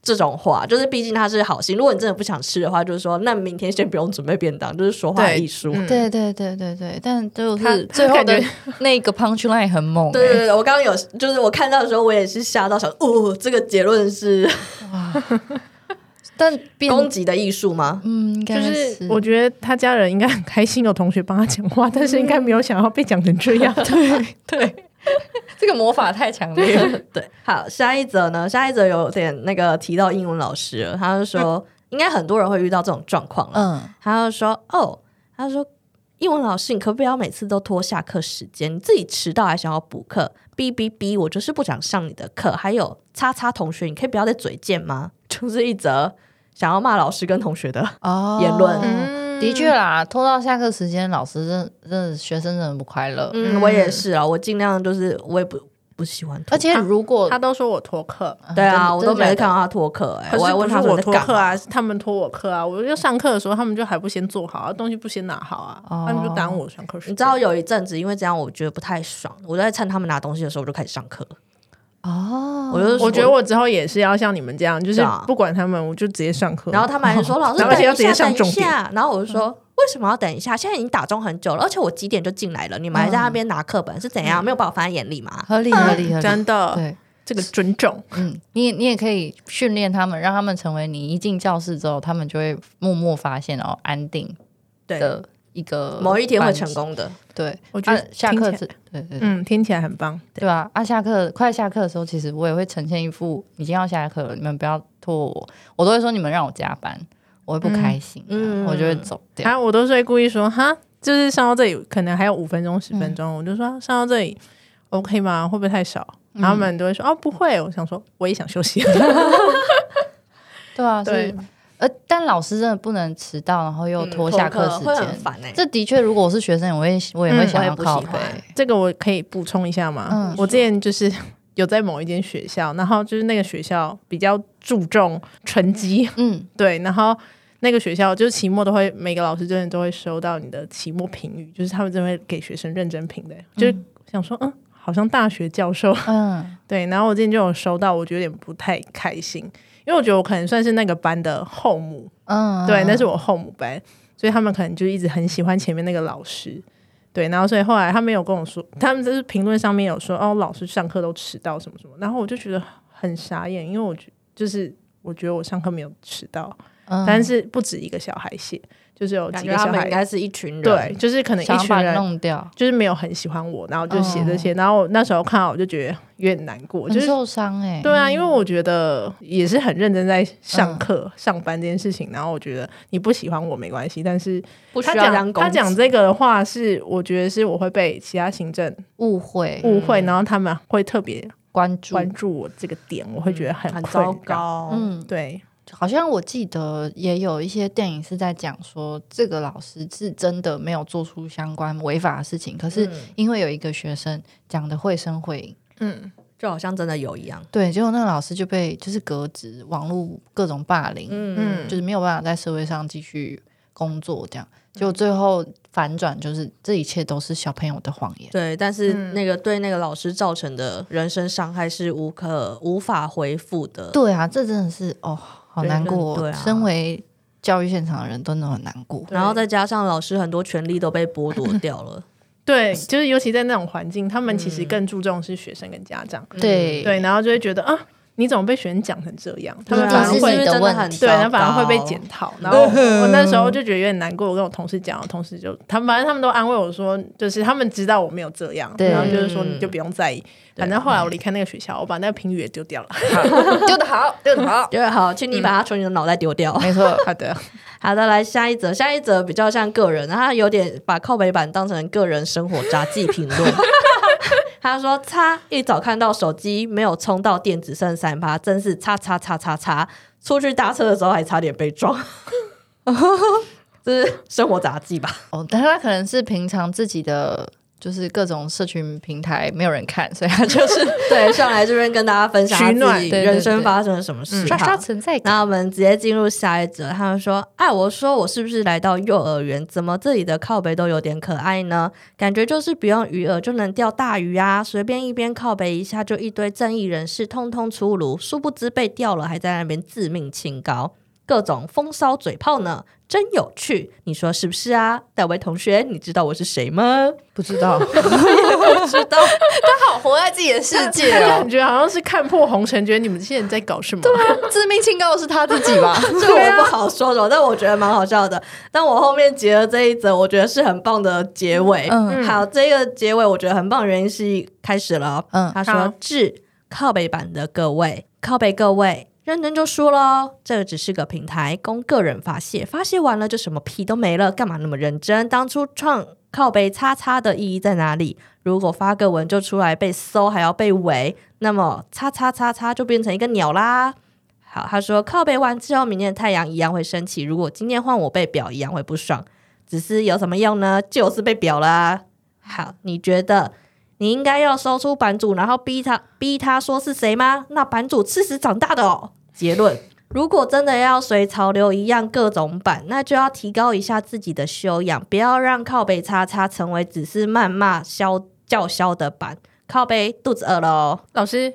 [SPEAKER 2] 这种话，就是毕竟他是好心。如果你真的不想吃的话，就是说那明天先不用准备便当，就是说话
[SPEAKER 3] 对
[SPEAKER 2] 艺术。
[SPEAKER 3] 嗯
[SPEAKER 1] 对对对对对，但就
[SPEAKER 3] 他
[SPEAKER 1] 是最后
[SPEAKER 3] 感
[SPEAKER 1] 的
[SPEAKER 3] 觉
[SPEAKER 1] 那个 punch line 很猛、欸，
[SPEAKER 2] 对对对，我刚刚有，就是我看到的时候，我也是吓到想，哦，这个结论是
[SPEAKER 3] 嗯
[SPEAKER 1] 但变
[SPEAKER 2] 攻击的艺术吗？
[SPEAKER 1] 嗯，应
[SPEAKER 3] 就
[SPEAKER 1] 该
[SPEAKER 3] 是我觉得他家人应该很开心，有同学帮他讲话，但是应该没有想要被讲成这样。对对，
[SPEAKER 1] 这个魔法太强烈了，
[SPEAKER 2] 对，好，下一则呢？下一则有点那个提到英文老师了，他就
[SPEAKER 3] 嗯
[SPEAKER 2] 说，应该很多人会遇到这种状况 了。
[SPEAKER 1] 嗯，
[SPEAKER 2] 他就说，哦，他说，英文老师，你可不可以不要每次都拖下课时间，你自己迟到还想要补课？哔哔哔，我就是不想上你的课。还有叉叉同学，你可以不要再嘴贱吗？就是一则想要骂老师跟同学的。
[SPEAKER 1] 哦
[SPEAKER 2] 言论
[SPEAKER 3] 嗯
[SPEAKER 1] 的确啦，拖到下课时间，老师真真的学生真的不快乐，
[SPEAKER 2] 嗯，我也是啊，我尽量就是我也不不喜欢拖
[SPEAKER 1] 而。且如果
[SPEAKER 3] 他都说我拖课，
[SPEAKER 2] 对
[SPEAKER 1] 真
[SPEAKER 2] 啊，
[SPEAKER 1] 的
[SPEAKER 2] 我都
[SPEAKER 1] 真的
[SPEAKER 2] 没看
[SPEAKER 1] 假的
[SPEAKER 2] 到他脱课哎、
[SPEAKER 3] 可
[SPEAKER 2] 我还
[SPEAKER 3] 是
[SPEAKER 2] 问
[SPEAKER 3] 不是
[SPEAKER 2] 他说
[SPEAKER 3] 我
[SPEAKER 2] 你
[SPEAKER 3] 拖
[SPEAKER 2] 在干
[SPEAKER 3] 课
[SPEAKER 2] 嘛
[SPEAKER 3] 啊，是他们拖我课啊。我就上课的时候，他们就还不先做好啊，东西不先拿好啊，
[SPEAKER 1] 哦
[SPEAKER 3] 他们就耽误我上课时间。
[SPEAKER 2] 你知道有一阵子，因为这样我觉得不太爽，我在趁他们拿东西的时候我就开始上课。
[SPEAKER 1] 哦，
[SPEAKER 2] 我就
[SPEAKER 3] 我觉得我之后也是要像你们这样，就是
[SPEAKER 2] 对啊
[SPEAKER 3] 不管他们，我就直接上课。
[SPEAKER 2] 嗯然后他们还说：“老师，
[SPEAKER 3] 然
[SPEAKER 2] 等
[SPEAKER 3] 后而
[SPEAKER 2] 一
[SPEAKER 3] 且要
[SPEAKER 2] 下，
[SPEAKER 3] 直接上
[SPEAKER 2] 等一
[SPEAKER 3] 重点，
[SPEAKER 2] 下。”然后我就说：“为什么要等一下？现在已经打钟很久了，而且我几点就进来了，你们还在那边拿课本，是怎样？没有把我放在眼里吗
[SPEAKER 1] 合理合理合理，
[SPEAKER 3] 啊真的
[SPEAKER 1] 对，
[SPEAKER 3] 这个尊重，
[SPEAKER 1] 嗯，你也你也可以训练他们，让他们成为你一进教室之后，他们就会默默发现，然后安定？”
[SPEAKER 2] 对，
[SPEAKER 1] 的一个
[SPEAKER 2] 嗯某一天会
[SPEAKER 1] 班级
[SPEAKER 2] 成。功的。
[SPEAKER 1] 对，
[SPEAKER 3] 我觉得
[SPEAKER 1] 啊下课
[SPEAKER 3] 听起
[SPEAKER 1] 之对对对
[SPEAKER 3] 嗯，听起来很棒。
[SPEAKER 1] 对吧？啊，下课快下课的时候，其实我也会呈现一副已经要下课了，你们不要拖我，我都会说你们让我加班，我会不开心，嗯，
[SPEAKER 2] 嗯
[SPEAKER 1] 我就会走掉。
[SPEAKER 3] 啊，我都是会故意说哈，就是上到这里可能还有五分钟、十
[SPEAKER 1] 嗯
[SPEAKER 3] 分钟，我就说上到这里 OK 吗？会不会太少？
[SPEAKER 1] 嗯
[SPEAKER 3] 然后他们都会说哦不会，我想说我也想 休息。
[SPEAKER 1] 对啊，
[SPEAKER 3] 对
[SPEAKER 1] 是，呃，但老师真的不能迟到，然后又
[SPEAKER 2] 嗯
[SPEAKER 1] 拖下课
[SPEAKER 2] 课
[SPEAKER 1] 时
[SPEAKER 2] 会很
[SPEAKER 1] 间，
[SPEAKER 2] 烦哎。
[SPEAKER 1] 这的确，如果我是学生，我也我也会
[SPEAKER 3] 嗯
[SPEAKER 1] 想
[SPEAKER 2] 我也
[SPEAKER 1] 要
[SPEAKER 2] 不
[SPEAKER 1] 靠
[SPEAKER 2] 喜
[SPEAKER 1] 背
[SPEAKER 2] 欢。
[SPEAKER 3] 这个我可以补充一下吗？
[SPEAKER 1] 嗯
[SPEAKER 3] 我之前就是有在某一间学校，然后就是那个学校比较注重成绩，
[SPEAKER 1] 嗯，
[SPEAKER 3] 对，然后那个学校就是期末都会每个老师真的都会收到你的期末评语，就是他们真的会给学生认真评的，就是想说嗯，好像大学教授
[SPEAKER 1] 嗯，
[SPEAKER 3] 对，然后我之前就有收到，我就有点不太开心，因为我觉得我可能算是那个班的后母，
[SPEAKER 1] 嗯，
[SPEAKER 3] 对，那是我后母班，所以他们可能就一直很喜欢前面那个老师，对，然后所以后来他们有跟我说，他们就是评论上面有说哦，老师上课都迟到什么什么，然后我就觉得很傻眼，因为我觉就是我觉得我上课没有迟到，
[SPEAKER 1] 嗯，
[SPEAKER 3] 但是不止一个小孩写，就是有
[SPEAKER 2] 感
[SPEAKER 3] 几
[SPEAKER 2] 觉
[SPEAKER 3] 个
[SPEAKER 2] 他
[SPEAKER 3] 小
[SPEAKER 2] 们
[SPEAKER 3] 孩
[SPEAKER 2] 应，该是一群人，
[SPEAKER 3] 对，，就是可能一
[SPEAKER 1] 想要
[SPEAKER 3] 群
[SPEAKER 1] 把你
[SPEAKER 3] 人
[SPEAKER 1] 弄掉，
[SPEAKER 3] 就是没有很喜欢我，然后就写
[SPEAKER 2] 嗯
[SPEAKER 3] 这些，然后我那时候看到我就觉得有点难过，就
[SPEAKER 1] 很
[SPEAKER 3] 是
[SPEAKER 1] 受伤哎。
[SPEAKER 3] 对啊，因
[SPEAKER 2] 嗯
[SPEAKER 3] 为我觉得也是很认真在上课、上班这件事情，然后我觉得你不喜欢我没关系，但是
[SPEAKER 2] 不需
[SPEAKER 3] 他
[SPEAKER 2] 要这样
[SPEAKER 3] 讲
[SPEAKER 2] 攻
[SPEAKER 3] 他讲
[SPEAKER 2] 击
[SPEAKER 3] 这个的话是，我觉得是我会被其他行政
[SPEAKER 1] 误会
[SPEAKER 3] 误会，
[SPEAKER 2] 嗯
[SPEAKER 3] 然后他们会特别
[SPEAKER 1] 关注，
[SPEAKER 3] 关注我这个点，我会觉得很
[SPEAKER 2] 嗯很
[SPEAKER 3] 困
[SPEAKER 2] 糟
[SPEAKER 3] 扰。
[SPEAKER 2] 糕。
[SPEAKER 1] 嗯，
[SPEAKER 3] 对，
[SPEAKER 1] 好像我记得也有一些电影是在讲说，这个老师是真的没有做出相关违法的事情，可是
[SPEAKER 2] 嗯
[SPEAKER 1] 因为有一个学生讲的绘声绘影，
[SPEAKER 3] 嗯，
[SPEAKER 2] 就好像真的有一样。
[SPEAKER 1] 对，结果那个老师就被就是革职，网络各种霸凌，
[SPEAKER 2] 嗯
[SPEAKER 1] 就是没有办法在社会上继续工作，这样，结果最后反转就是这一切都是小朋友的谎言。
[SPEAKER 2] 对，但是那个对那个老师造成的人身伤害是无可无法恢复的。
[SPEAKER 1] 对啊，这真的是哦，好
[SPEAKER 3] 对
[SPEAKER 1] 难
[SPEAKER 2] 真的
[SPEAKER 1] 过哦。
[SPEAKER 2] 对啊
[SPEAKER 1] 身为教育现场的人，真的很难过。
[SPEAKER 2] 然后再加上老师很多权利都被剥夺掉了，
[SPEAKER 3] 对，就是尤其在那种环境，他们其
[SPEAKER 2] 嗯
[SPEAKER 3] 实更注重是学生跟家长，
[SPEAKER 1] 对
[SPEAKER 3] 对，然后就会觉得啊，你怎么被学生讲成这样？他
[SPEAKER 2] 对啊
[SPEAKER 3] 们反而
[SPEAKER 1] 这是
[SPEAKER 3] 会
[SPEAKER 1] 你的
[SPEAKER 2] 真
[SPEAKER 1] 问
[SPEAKER 2] 很
[SPEAKER 1] 题
[SPEAKER 3] 对，
[SPEAKER 2] 糟
[SPEAKER 3] 然后反而会被
[SPEAKER 2] 糕
[SPEAKER 3] 检讨。然后我那时候就觉得有点难过，我跟我同事讲，我同事就他们反正他们都安慰我说，就是他们知道我没有这样，
[SPEAKER 1] 对
[SPEAKER 3] 然后就是说你就不用在意。反正后来我离开那个学校，我把那个评语也丢掉了。
[SPEAKER 1] 丢的好，丢的好，
[SPEAKER 2] 对，好，请你把它从你的脑袋丢掉。
[SPEAKER 1] 没错，
[SPEAKER 3] 好的，
[SPEAKER 2] 好的，来下一则，下一则比较像个人，他有点把靠北版当成个人生活杂技评论。 他说：“擦，一早看到手机没有充到电，只剩三趴，真是擦擦擦擦擦！出去搭车的时候还差点被撞， 这是生活杂技吧？
[SPEAKER 1] 哦，但他可能是平常自己的。就是各种社群平台没有人看，所以他 就是
[SPEAKER 2] 对，上来这边跟大家分享他
[SPEAKER 3] 取暖
[SPEAKER 2] 自己
[SPEAKER 1] 对对
[SPEAKER 2] 人生
[SPEAKER 1] 对
[SPEAKER 2] 发生了什么事。
[SPEAKER 1] 刷
[SPEAKER 2] 好
[SPEAKER 1] 刷存在感。
[SPEAKER 2] 那我们直接进入下一则，他们说：“哎，我说我是不是来到幼儿园？怎么这里的靠背都有点可爱呢？感觉就是不用鱼饵就能钓大鱼啊，随便一边靠背一下就一堆正义人士通通出炉，殊不知被钓了还在那边自命清高，各种风骚嘴炮呢，真有趣，你说是不是啊？戴维同学，你知道我是谁吗？
[SPEAKER 1] 不知道，
[SPEAKER 2] 不知道，
[SPEAKER 1] 他好活在自己的世界
[SPEAKER 3] 他
[SPEAKER 1] 哦。啊
[SPEAKER 3] 感觉好像是看破红尘，觉得你们这些人在搞什么？对，
[SPEAKER 1] 致命清高的是他自己 吧？
[SPEAKER 2] 这我不好说什么，但我觉得蛮好笑的。但我后面截了这一则，我觉得是很棒的结尾。
[SPEAKER 1] 嗯
[SPEAKER 2] 好，这个结尾我觉得很棒，的原因是开始了哦。
[SPEAKER 1] 嗯
[SPEAKER 2] 他
[SPEAKER 3] 好
[SPEAKER 2] 说致靠北版的各位，靠北各位。认真就输喽，这个只是个平台，供个人发泄，发泄完了就什么屁都没了，干嘛那么认真？当初创靠北叉叉的意义在哪里？如果发个文就出来被搜，还要被围，那么叉叉叉叉就变成一个鸟啦。好，他说靠北完之后，明天的太阳一样会升起。如果今天换我被表，一样会不爽。只是有什么用呢？就是被表啦、好，你觉得你应该要搜出版主，然后逼他逼他说是谁吗？那版主吃屎长大的哦。结论：如果真的要随潮流一样各种版，那就要提高一下自己的修养，不要让靠北叉叉成为只是谩骂消叫嚣的版。靠北肚子饿了哦。
[SPEAKER 3] 老师，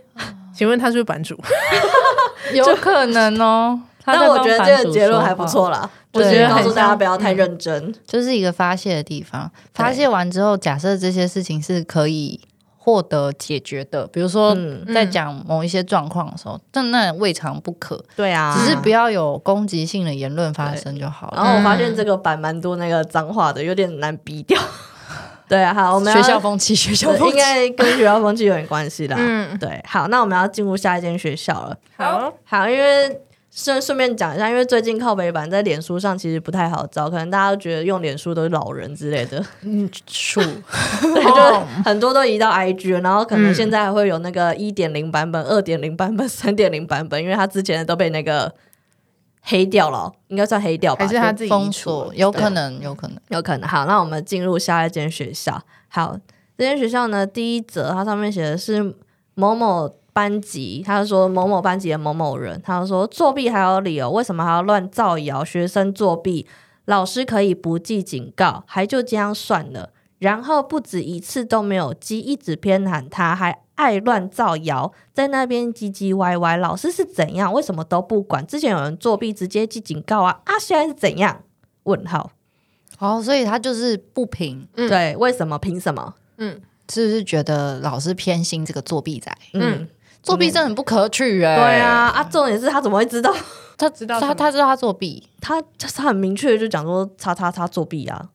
[SPEAKER 3] 请问他是不是版主？
[SPEAKER 1] 有可能哦。他在
[SPEAKER 2] 但我
[SPEAKER 1] 帮
[SPEAKER 2] 觉得
[SPEAKER 1] 版
[SPEAKER 2] 这个
[SPEAKER 1] 主
[SPEAKER 2] 结论
[SPEAKER 1] 说
[SPEAKER 2] 还不
[SPEAKER 1] 话
[SPEAKER 2] 错啦，我
[SPEAKER 1] 对
[SPEAKER 2] 觉得告
[SPEAKER 1] 很
[SPEAKER 2] 诉大家
[SPEAKER 3] 像
[SPEAKER 2] 不要太认真。
[SPEAKER 1] 就是一个发泄的地方。发泄完之后，假设这些事情是可以获得解决的，比如说
[SPEAKER 2] 嗯
[SPEAKER 1] 在讲某一些状况的时候，但那未尝不可，
[SPEAKER 2] 对啊，哦
[SPEAKER 1] 只是不。要有攻击性的言论发生就好
[SPEAKER 2] 然
[SPEAKER 1] 了。
[SPEAKER 2] 后我发现这个版蛮多那个脏话的，有点难逼掉。 对啊，好，我们
[SPEAKER 1] 学
[SPEAKER 2] 要
[SPEAKER 1] 校风气，学校
[SPEAKER 2] 对
[SPEAKER 1] 风
[SPEAKER 2] 应
[SPEAKER 1] 气。
[SPEAKER 2] 该跟学校风气有点关系啦。
[SPEAKER 3] 嗯，
[SPEAKER 2] 对，好，那我们要进入下一间学校了。
[SPEAKER 3] 好，
[SPEAKER 2] 好，因为顺顺便讲一下，因为最近靠北版在脸书上其实不太好找，可能大家都觉得用脸书都是老人之类的，
[SPEAKER 1] 嗯，树
[SPEAKER 2] 对，
[SPEAKER 3] 哦
[SPEAKER 2] 就很多都移到 IG，了然后可能
[SPEAKER 3] 嗯
[SPEAKER 2] 现在还会有那个一点零版本、二点零版本、三点零版本，因为他之前的都被那个黑掉了，应该算黑掉吧？
[SPEAKER 3] 还是
[SPEAKER 2] 啊就
[SPEAKER 3] 他自己
[SPEAKER 1] 封
[SPEAKER 3] 移除
[SPEAKER 1] 锁，
[SPEAKER 3] 了
[SPEAKER 1] 有可能，有可能。
[SPEAKER 2] 有可能。好，那我们进入下一间学校。好，这间学校呢，第一则它上面写的是某某班级，他说某某班级的某某人，他说作弊还有理由，为什么还要乱造谣？学生作弊，老师可以不记警告，还就这样算了。然后不止一次都没有记，一直偏袒他，还爱乱造谣，在那边唧唧歪歪。老师是怎样？为什么都不管？之前有人作弊直接记警告啊啊！现在是怎样？问号。
[SPEAKER 1] 哦，所以他就是不平，
[SPEAKER 3] 嗯
[SPEAKER 2] 对，为什么？凭什么？
[SPEAKER 3] 嗯，
[SPEAKER 1] 是不是觉得老师偏心这个作弊仔？
[SPEAKER 2] 嗯，
[SPEAKER 1] 作弊真的很不可取哎、
[SPEAKER 2] 对，啊，啊，重点是他怎么会知道？
[SPEAKER 1] 他
[SPEAKER 3] 知道什
[SPEAKER 1] 他
[SPEAKER 3] 么
[SPEAKER 1] 他知道他作弊，
[SPEAKER 2] 他他很明确地就讲说，叉叉叉作弊啊，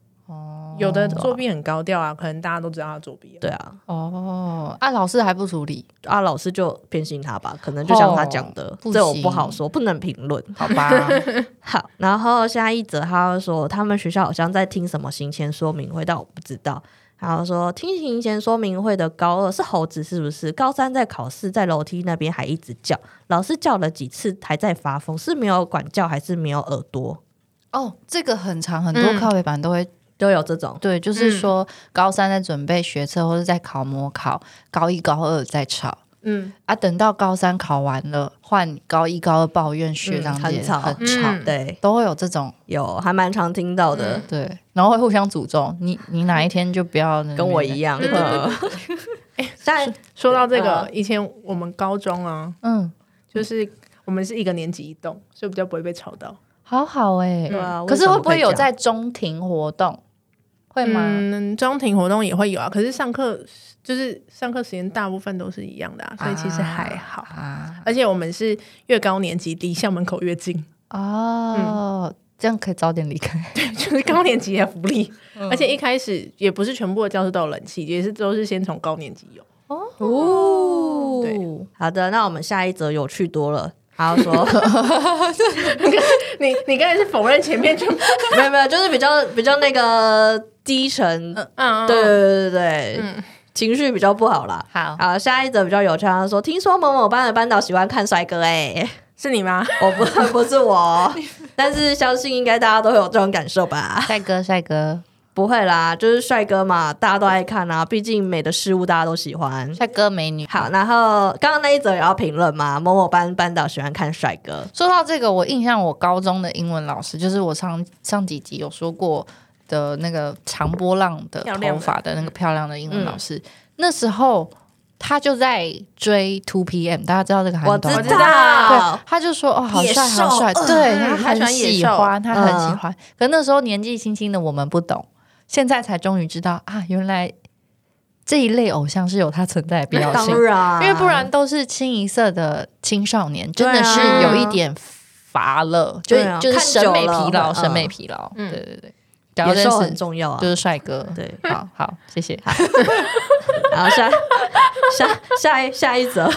[SPEAKER 3] 有的作弊很高调啊，可能大家都知道他作弊啊。
[SPEAKER 2] 对啊，
[SPEAKER 1] 哦，啊，老师还不处理，
[SPEAKER 2] 啊，老师就偏心他吧，可能就像他讲的
[SPEAKER 1] 哦，不
[SPEAKER 2] 这我不
[SPEAKER 1] 行
[SPEAKER 2] 好说，不能评论。
[SPEAKER 1] 好吧？
[SPEAKER 2] 好，然后下一则他又说，他们学校好像在听什么行前说明会，但我不知道。然后说听行前说明会的高二是猴子是不是？高三在考试，在楼梯那边还一直叫，老师叫了几次还在发疯，是没有管教还是没有耳朵？
[SPEAKER 1] 哦，这个很长，很多靠背版都会、
[SPEAKER 2] 都有这种。
[SPEAKER 1] 对，就是说高三在准备学测或者在考模考，高一高二在吵
[SPEAKER 3] 嗯，
[SPEAKER 1] 啊，等到高三考完了，换高一高二抱怨学长姐、
[SPEAKER 2] 嗯很吵
[SPEAKER 1] 很
[SPEAKER 3] 嗯
[SPEAKER 2] 对，
[SPEAKER 1] 都会有这种
[SPEAKER 2] 有还蛮常听到的，
[SPEAKER 1] 对，然后会互相诅咒，你你哪一天就不要
[SPEAKER 2] 跟我一
[SPEAKER 1] 样，
[SPEAKER 3] 嗯
[SPEAKER 2] 样。
[SPEAKER 3] 对对对哎
[SPEAKER 2] 嗯但
[SPEAKER 3] 说到这个
[SPEAKER 2] 嗯，
[SPEAKER 3] 以前我们高中啊，
[SPEAKER 1] 嗯，
[SPEAKER 3] 就是我们是一个年级一栋，所以比较不会被吵到。
[SPEAKER 1] 好好哎、
[SPEAKER 3] 嗯
[SPEAKER 2] 对啊，
[SPEAKER 1] 可是会不会有
[SPEAKER 2] 为什么
[SPEAKER 1] 在中庭活动？会吗？
[SPEAKER 3] 嗯，中庭活动也会有啊，可是上课就是上课时间大部分都是一样的、啊，所以其实还好。
[SPEAKER 1] 啊
[SPEAKER 3] 而且我们是越高年级离校门口越近，
[SPEAKER 1] 哦，这样可以早点离开。
[SPEAKER 3] 就是高年级的福利。而且一开始也不是全部的教室都有冷气，也是都是先从高年级有。
[SPEAKER 1] 哦
[SPEAKER 3] 对
[SPEAKER 2] 好的，那我们下一则有趣多了。他 说
[SPEAKER 3] 你你刚才是否认前面全部？
[SPEAKER 2] 没有没有，就是比较比较那个低 沉，
[SPEAKER 3] 嗯嗯，嗯
[SPEAKER 2] 对对对对对，
[SPEAKER 3] 嗯
[SPEAKER 2] 情绪比较不好啦。
[SPEAKER 1] 好
[SPEAKER 2] 好，下一则比较有趣，他说听说某某班的班导喜欢看帅哥、欸，
[SPEAKER 3] 是你吗？
[SPEAKER 2] 我不不是我，哦但是相信应该大家都会有这种感受吧？
[SPEAKER 1] 帅哥，帅哥，
[SPEAKER 2] 不会啦，就是帅哥嘛，大家都爱看啊，毕竟美的事物大家都喜欢。
[SPEAKER 1] 帅哥，美女。
[SPEAKER 2] 好，然后刚刚那一则也要评论嘛，某某班班导喜欢看帅哥，
[SPEAKER 1] 说到这个，我印象我高中的英文老师，就是我上上几集有说过的那个长波浪的
[SPEAKER 3] 漂亮
[SPEAKER 1] 头
[SPEAKER 3] 的
[SPEAKER 1] 发的那个漂亮的英
[SPEAKER 2] 嗯
[SPEAKER 1] 文老师，那时候他就在追 Two PM，大家知道这个
[SPEAKER 2] 我
[SPEAKER 1] 韩
[SPEAKER 2] 知
[SPEAKER 1] 团吗？
[SPEAKER 2] 道
[SPEAKER 1] 对，，他就说哦，好
[SPEAKER 2] 野
[SPEAKER 1] 帅，好
[SPEAKER 2] 兽
[SPEAKER 1] 帅，
[SPEAKER 2] 嗯
[SPEAKER 1] 对
[SPEAKER 3] 嗯他喜
[SPEAKER 1] 很
[SPEAKER 3] 欢野
[SPEAKER 1] 喜
[SPEAKER 3] 兽
[SPEAKER 1] 欢，他很喜
[SPEAKER 2] 嗯
[SPEAKER 1] 欢。可那时候年纪轻轻的我们不懂，现在才终于知道啊，原来这一类偶像是有它存在的必要性
[SPEAKER 2] 当，然，
[SPEAKER 1] 因为不然都是清一色的青少年，真的是
[SPEAKER 2] 对啊
[SPEAKER 1] 有一点乏了，就
[SPEAKER 2] 对啊
[SPEAKER 1] 就是
[SPEAKER 2] 看久
[SPEAKER 1] 审美疲
[SPEAKER 2] 了
[SPEAKER 1] 劳，
[SPEAKER 2] 嗯
[SPEAKER 1] 审美疲劳。对
[SPEAKER 3] 嗯
[SPEAKER 1] 对对，然后
[SPEAKER 2] 野
[SPEAKER 1] 认
[SPEAKER 2] 兽很
[SPEAKER 1] 识
[SPEAKER 2] 重要啊
[SPEAKER 1] 就。是帅哥。
[SPEAKER 2] 对，
[SPEAKER 1] 好好，谢谢。
[SPEAKER 2] 然后下 下下一下一则，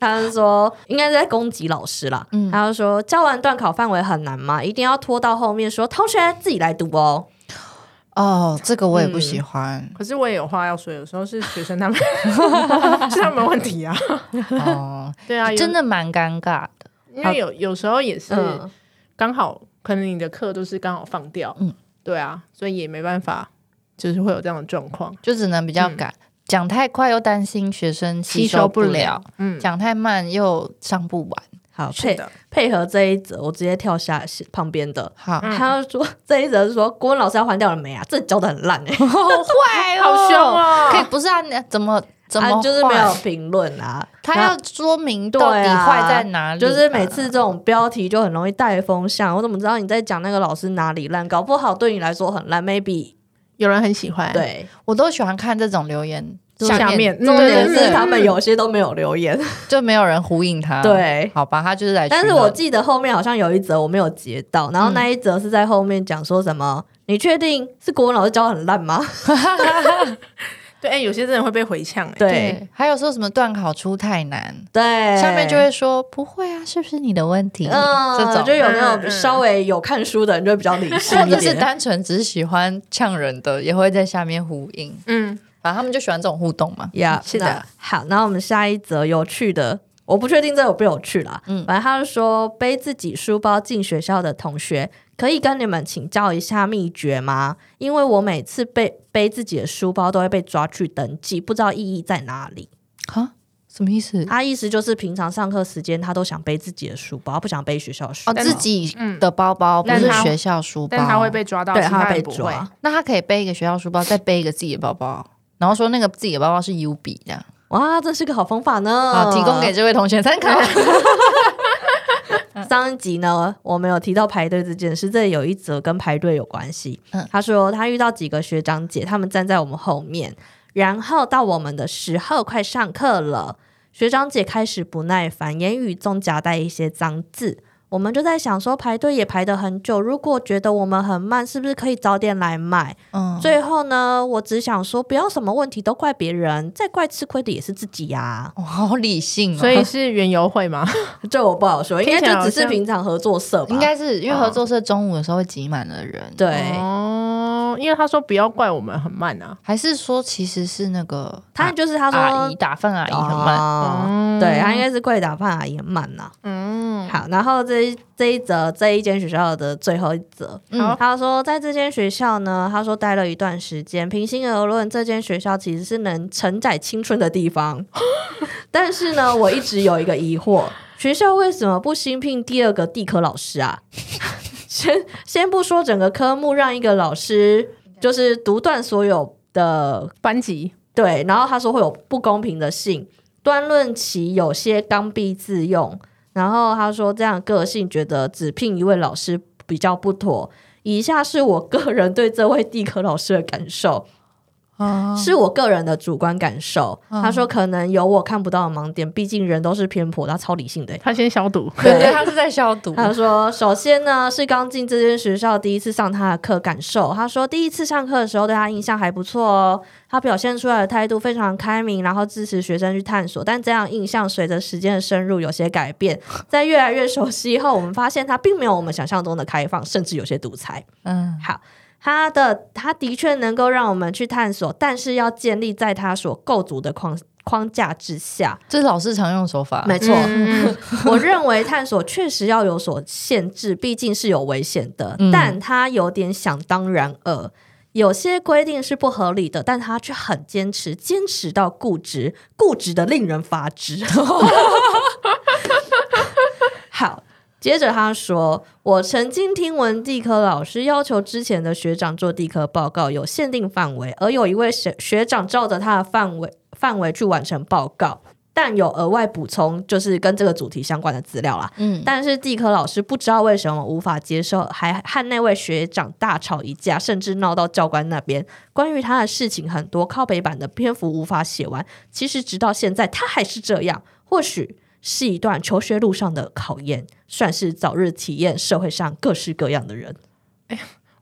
[SPEAKER 2] 他是说应该是在攻击老师啦。
[SPEAKER 1] 嗯
[SPEAKER 2] 他就说教完段考范围很难吗？一定要拖到后面说同学自己来读哦。
[SPEAKER 1] 哦，这个我也不
[SPEAKER 2] 嗯
[SPEAKER 1] 喜 欢。
[SPEAKER 3] 可是我也有话要说，有时候是学生他们 是他们问题啊。
[SPEAKER 1] 哦，
[SPEAKER 3] 对啊，有
[SPEAKER 1] 真，的蛮尴尬的。
[SPEAKER 3] 因为有有时候也是
[SPEAKER 2] 嗯，
[SPEAKER 3] 刚好，可能你的课都是刚好放掉，
[SPEAKER 1] 嗯
[SPEAKER 3] 嗯，对啊，所以也没办法，就是会有这样的状况，
[SPEAKER 1] 就只能比
[SPEAKER 2] 嗯
[SPEAKER 1] 较赶。讲太快又担心学生吸收不了，，
[SPEAKER 3] 嗯，
[SPEAKER 1] 讲太慢又上不完。
[SPEAKER 2] 好
[SPEAKER 3] 是
[SPEAKER 2] 配
[SPEAKER 3] 的，
[SPEAKER 2] 配合这一则，我直接跳下旁边的。
[SPEAKER 1] 好，
[SPEAKER 3] 嗯
[SPEAKER 2] 他就说这一则是说国文老师要还掉了没啊？这教的 很 烂哎、
[SPEAKER 1] 好坏
[SPEAKER 3] 好凶哦，
[SPEAKER 1] 可以不是啊？你怎么怎么
[SPEAKER 2] 啊、
[SPEAKER 1] 坏
[SPEAKER 2] 就是没有评论啊。
[SPEAKER 1] 他
[SPEAKER 2] 然后
[SPEAKER 1] 要说明到底坏在哪里吧、
[SPEAKER 2] 啊就是每次这种标题就很容易带风向，我怎么知道你在讲那个老师哪里烂？搞不好对你来说很烂，maybe
[SPEAKER 3] 有人很喜欢，，
[SPEAKER 2] 对，
[SPEAKER 1] 我都喜欢看这种留言
[SPEAKER 3] 下
[SPEAKER 1] 面
[SPEAKER 3] 面嗯
[SPEAKER 2] 重点
[SPEAKER 3] 对
[SPEAKER 2] 是他们有些都没有留言。
[SPEAKER 1] 就没有人呼应他。，
[SPEAKER 2] 对，
[SPEAKER 1] 好吧，他啊就是来取乐。
[SPEAKER 2] 但是我记得后面好像有一则我没有截到，然后那一则是在后面讲说什么？你确定是国文老师教得很烂吗？
[SPEAKER 3] 对，哎，有些真的会被回呛，哎，
[SPEAKER 2] 对
[SPEAKER 1] 对，还有说什么段考出太难，
[SPEAKER 2] 对，
[SPEAKER 1] 下面就会说不会啊，是不是你的问题？
[SPEAKER 2] 嗯，
[SPEAKER 1] 这种
[SPEAKER 2] 就有那
[SPEAKER 3] 嗯
[SPEAKER 2] 种
[SPEAKER 3] 嗯
[SPEAKER 2] 稍微有看书的人就会比较理性
[SPEAKER 1] 或
[SPEAKER 2] 一
[SPEAKER 1] 者是
[SPEAKER 2] 点。
[SPEAKER 1] 单纯只喜欢呛人的，也会在下面呼应。
[SPEAKER 3] 嗯，
[SPEAKER 1] 反正他们就喜欢这种互动嘛。
[SPEAKER 2] 呀，
[SPEAKER 3] 是的
[SPEAKER 2] 那。好，那我们下一则有趣的，我不确定这有不有趣啦。
[SPEAKER 1] 嗯
[SPEAKER 2] 嗯，反正他是说背自己书包进学校的同学，可以跟你们请教一下秘诀吗？因为我每次背背自己的书包都会被抓去登记，不知道意义在哪里。
[SPEAKER 1] 啊，什么意思？
[SPEAKER 2] 他意思就是平常上课时间他都想背自己的书包，不想背学校的书
[SPEAKER 1] 哦，
[SPEAKER 2] 包。
[SPEAKER 1] 自己的包包不
[SPEAKER 3] 嗯但
[SPEAKER 1] 是
[SPEAKER 3] 他
[SPEAKER 1] 学校书包，
[SPEAKER 3] 但他会被抓到，
[SPEAKER 2] 对，
[SPEAKER 3] 其
[SPEAKER 2] 他
[SPEAKER 3] 他
[SPEAKER 2] 被
[SPEAKER 3] 人不会
[SPEAKER 2] 抓。。
[SPEAKER 1] 那他可以背一个学校书包，再背一个自己的包包，然后说那个自己的包包是 U 比的
[SPEAKER 2] 哇，这是个好方法呢！
[SPEAKER 1] 啊，提供给这位同学参考。
[SPEAKER 2] 上一集呢，我们有提到排队这件事，这里有一则跟排队有关系。
[SPEAKER 1] 嗯
[SPEAKER 2] 他说他遇到几个学长姐，他们站在我们后面，然后到我们的时候快上课了，学长姐开始不耐烦，言语中夹带一些脏字。我们就在想说，排队也排得很久，如果觉得我们很慢，是不是可以早点来买？
[SPEAKER 1] 嗯，
[SPEAKER 2] 最后呢，我只想说，不要什么问题都怪别人，再怪吃亏的也是自己啊呀、
[SPEAKER 1] 哦好理性哦，
[SPEAKER 3] 所以是园游会吗？
[SPEAKER 2] 这我不好说，应该
[SPEAKER 3] 听起来
[SPEAKER 2] 就
[SPEAKER 3] 好
[SPEAKER 2] 只是
[SPEAKER 3] 像
[SPEAKER 2] 平常合作社吧。
[SPEAKER 1] 应该是因为合作社中午有时候会挤满了人，，
[SPEAKER 2] 对。
[SPEAKER 3] 哦，因为他说不要怪我们很慢啊，
[SPEAKER 1] 还是说其实是那个
[SPEAKER 2] 他
[SPEAKER 1] 啊
[SPEAKER 2] 就是他说
[SPEAKER 1] 阿姨打饭阿姨很慢，
[SPEAKER 2] 哦
[SPEAKER 3] 嗯
[SPEAKER 2] 对他应该是跪打饭阿姨很慢呐、
[SPEAKER 3] 嗯，
[SPEAKER 2] 好，然后这一这一则这一间学校的最后一则，
[SPEAKER 1] 嗯，
[SPEAKER 2] 他说在这间学校呢，他说待了一段时间，平心而论，这间学校其实是能承载青春的地方。但是呢，我一直有一个疑惑，学校为什么不新聘第二个地科老师啊？ 先先不说整个科目让一个老师就是独断所有的
[SPEAKER 3] 班级
[SPEAKER 2] 对，然后他说会有不公平的性，端论其有些刚愎自用，然后他说这样个性觉得只聘一位老师比较不妥，以下是我个人对这位地科老师的感受，
[SPEAKER 1] 啊，
[SPEAKER 2] 是我个人的主观感受。他说可能有我看不到的盲点，毕竟人都是偏颇，他超理性的欸、
[SPEAKER 3] 他先消毒，嗯
[SPEAKER 1] 对对，他是在消毒，
[SPEAKER 2] 他说：“首先呢，是刚进这间学校第一次上他的课，感受。他说第一次上课的时候对他印象还不错哦，他表现出来的态度非常开明，然后支持学生去探索。但这样印象随着时间的深入有些改变， 在越来越熟悉后，我们发现他并没有我们想象中的开放，甚至有些独裁。
[SPEAKER 1] 嗯，
[SPEAKER 2] 好，他的他的确能够让我们去探索，但是要建立在他所构筑的框框架之下。
[SPEAKER 1] 这是老师常用的手法，
[SPEAKER 2] 没错。
[SPEAKER 3] 嗯
[SPEAKER 2] 我认为探索确实要有所限制，毕竟是有危险的，
[SPEAKER 1] 嗯
[SPEAKER 2] 但它有点想当然尔。有些规定是不合理的，但他却很坚持，坚持到固执，固执的令人发指。 好，接着他说，我曾经听闻地科老师要求之前的学长做地科报告有限定范围，而有一位学学长照着他的范围范围去完成报告，但有额外补充，就是跟这个主题相关的资料啦。
[SPEAKER 1] 嗯，
[SPEAKER 2] 但是地科老师不知道为什么无法接受，还和那位学长大吵一架，甚至闹到教官那边。关于他的事情很多，靠北版的篇幅无法写完。其实直到现在，他还是这样。或许是一段求学路上的考验，算是早日体验社会上各式各样的人。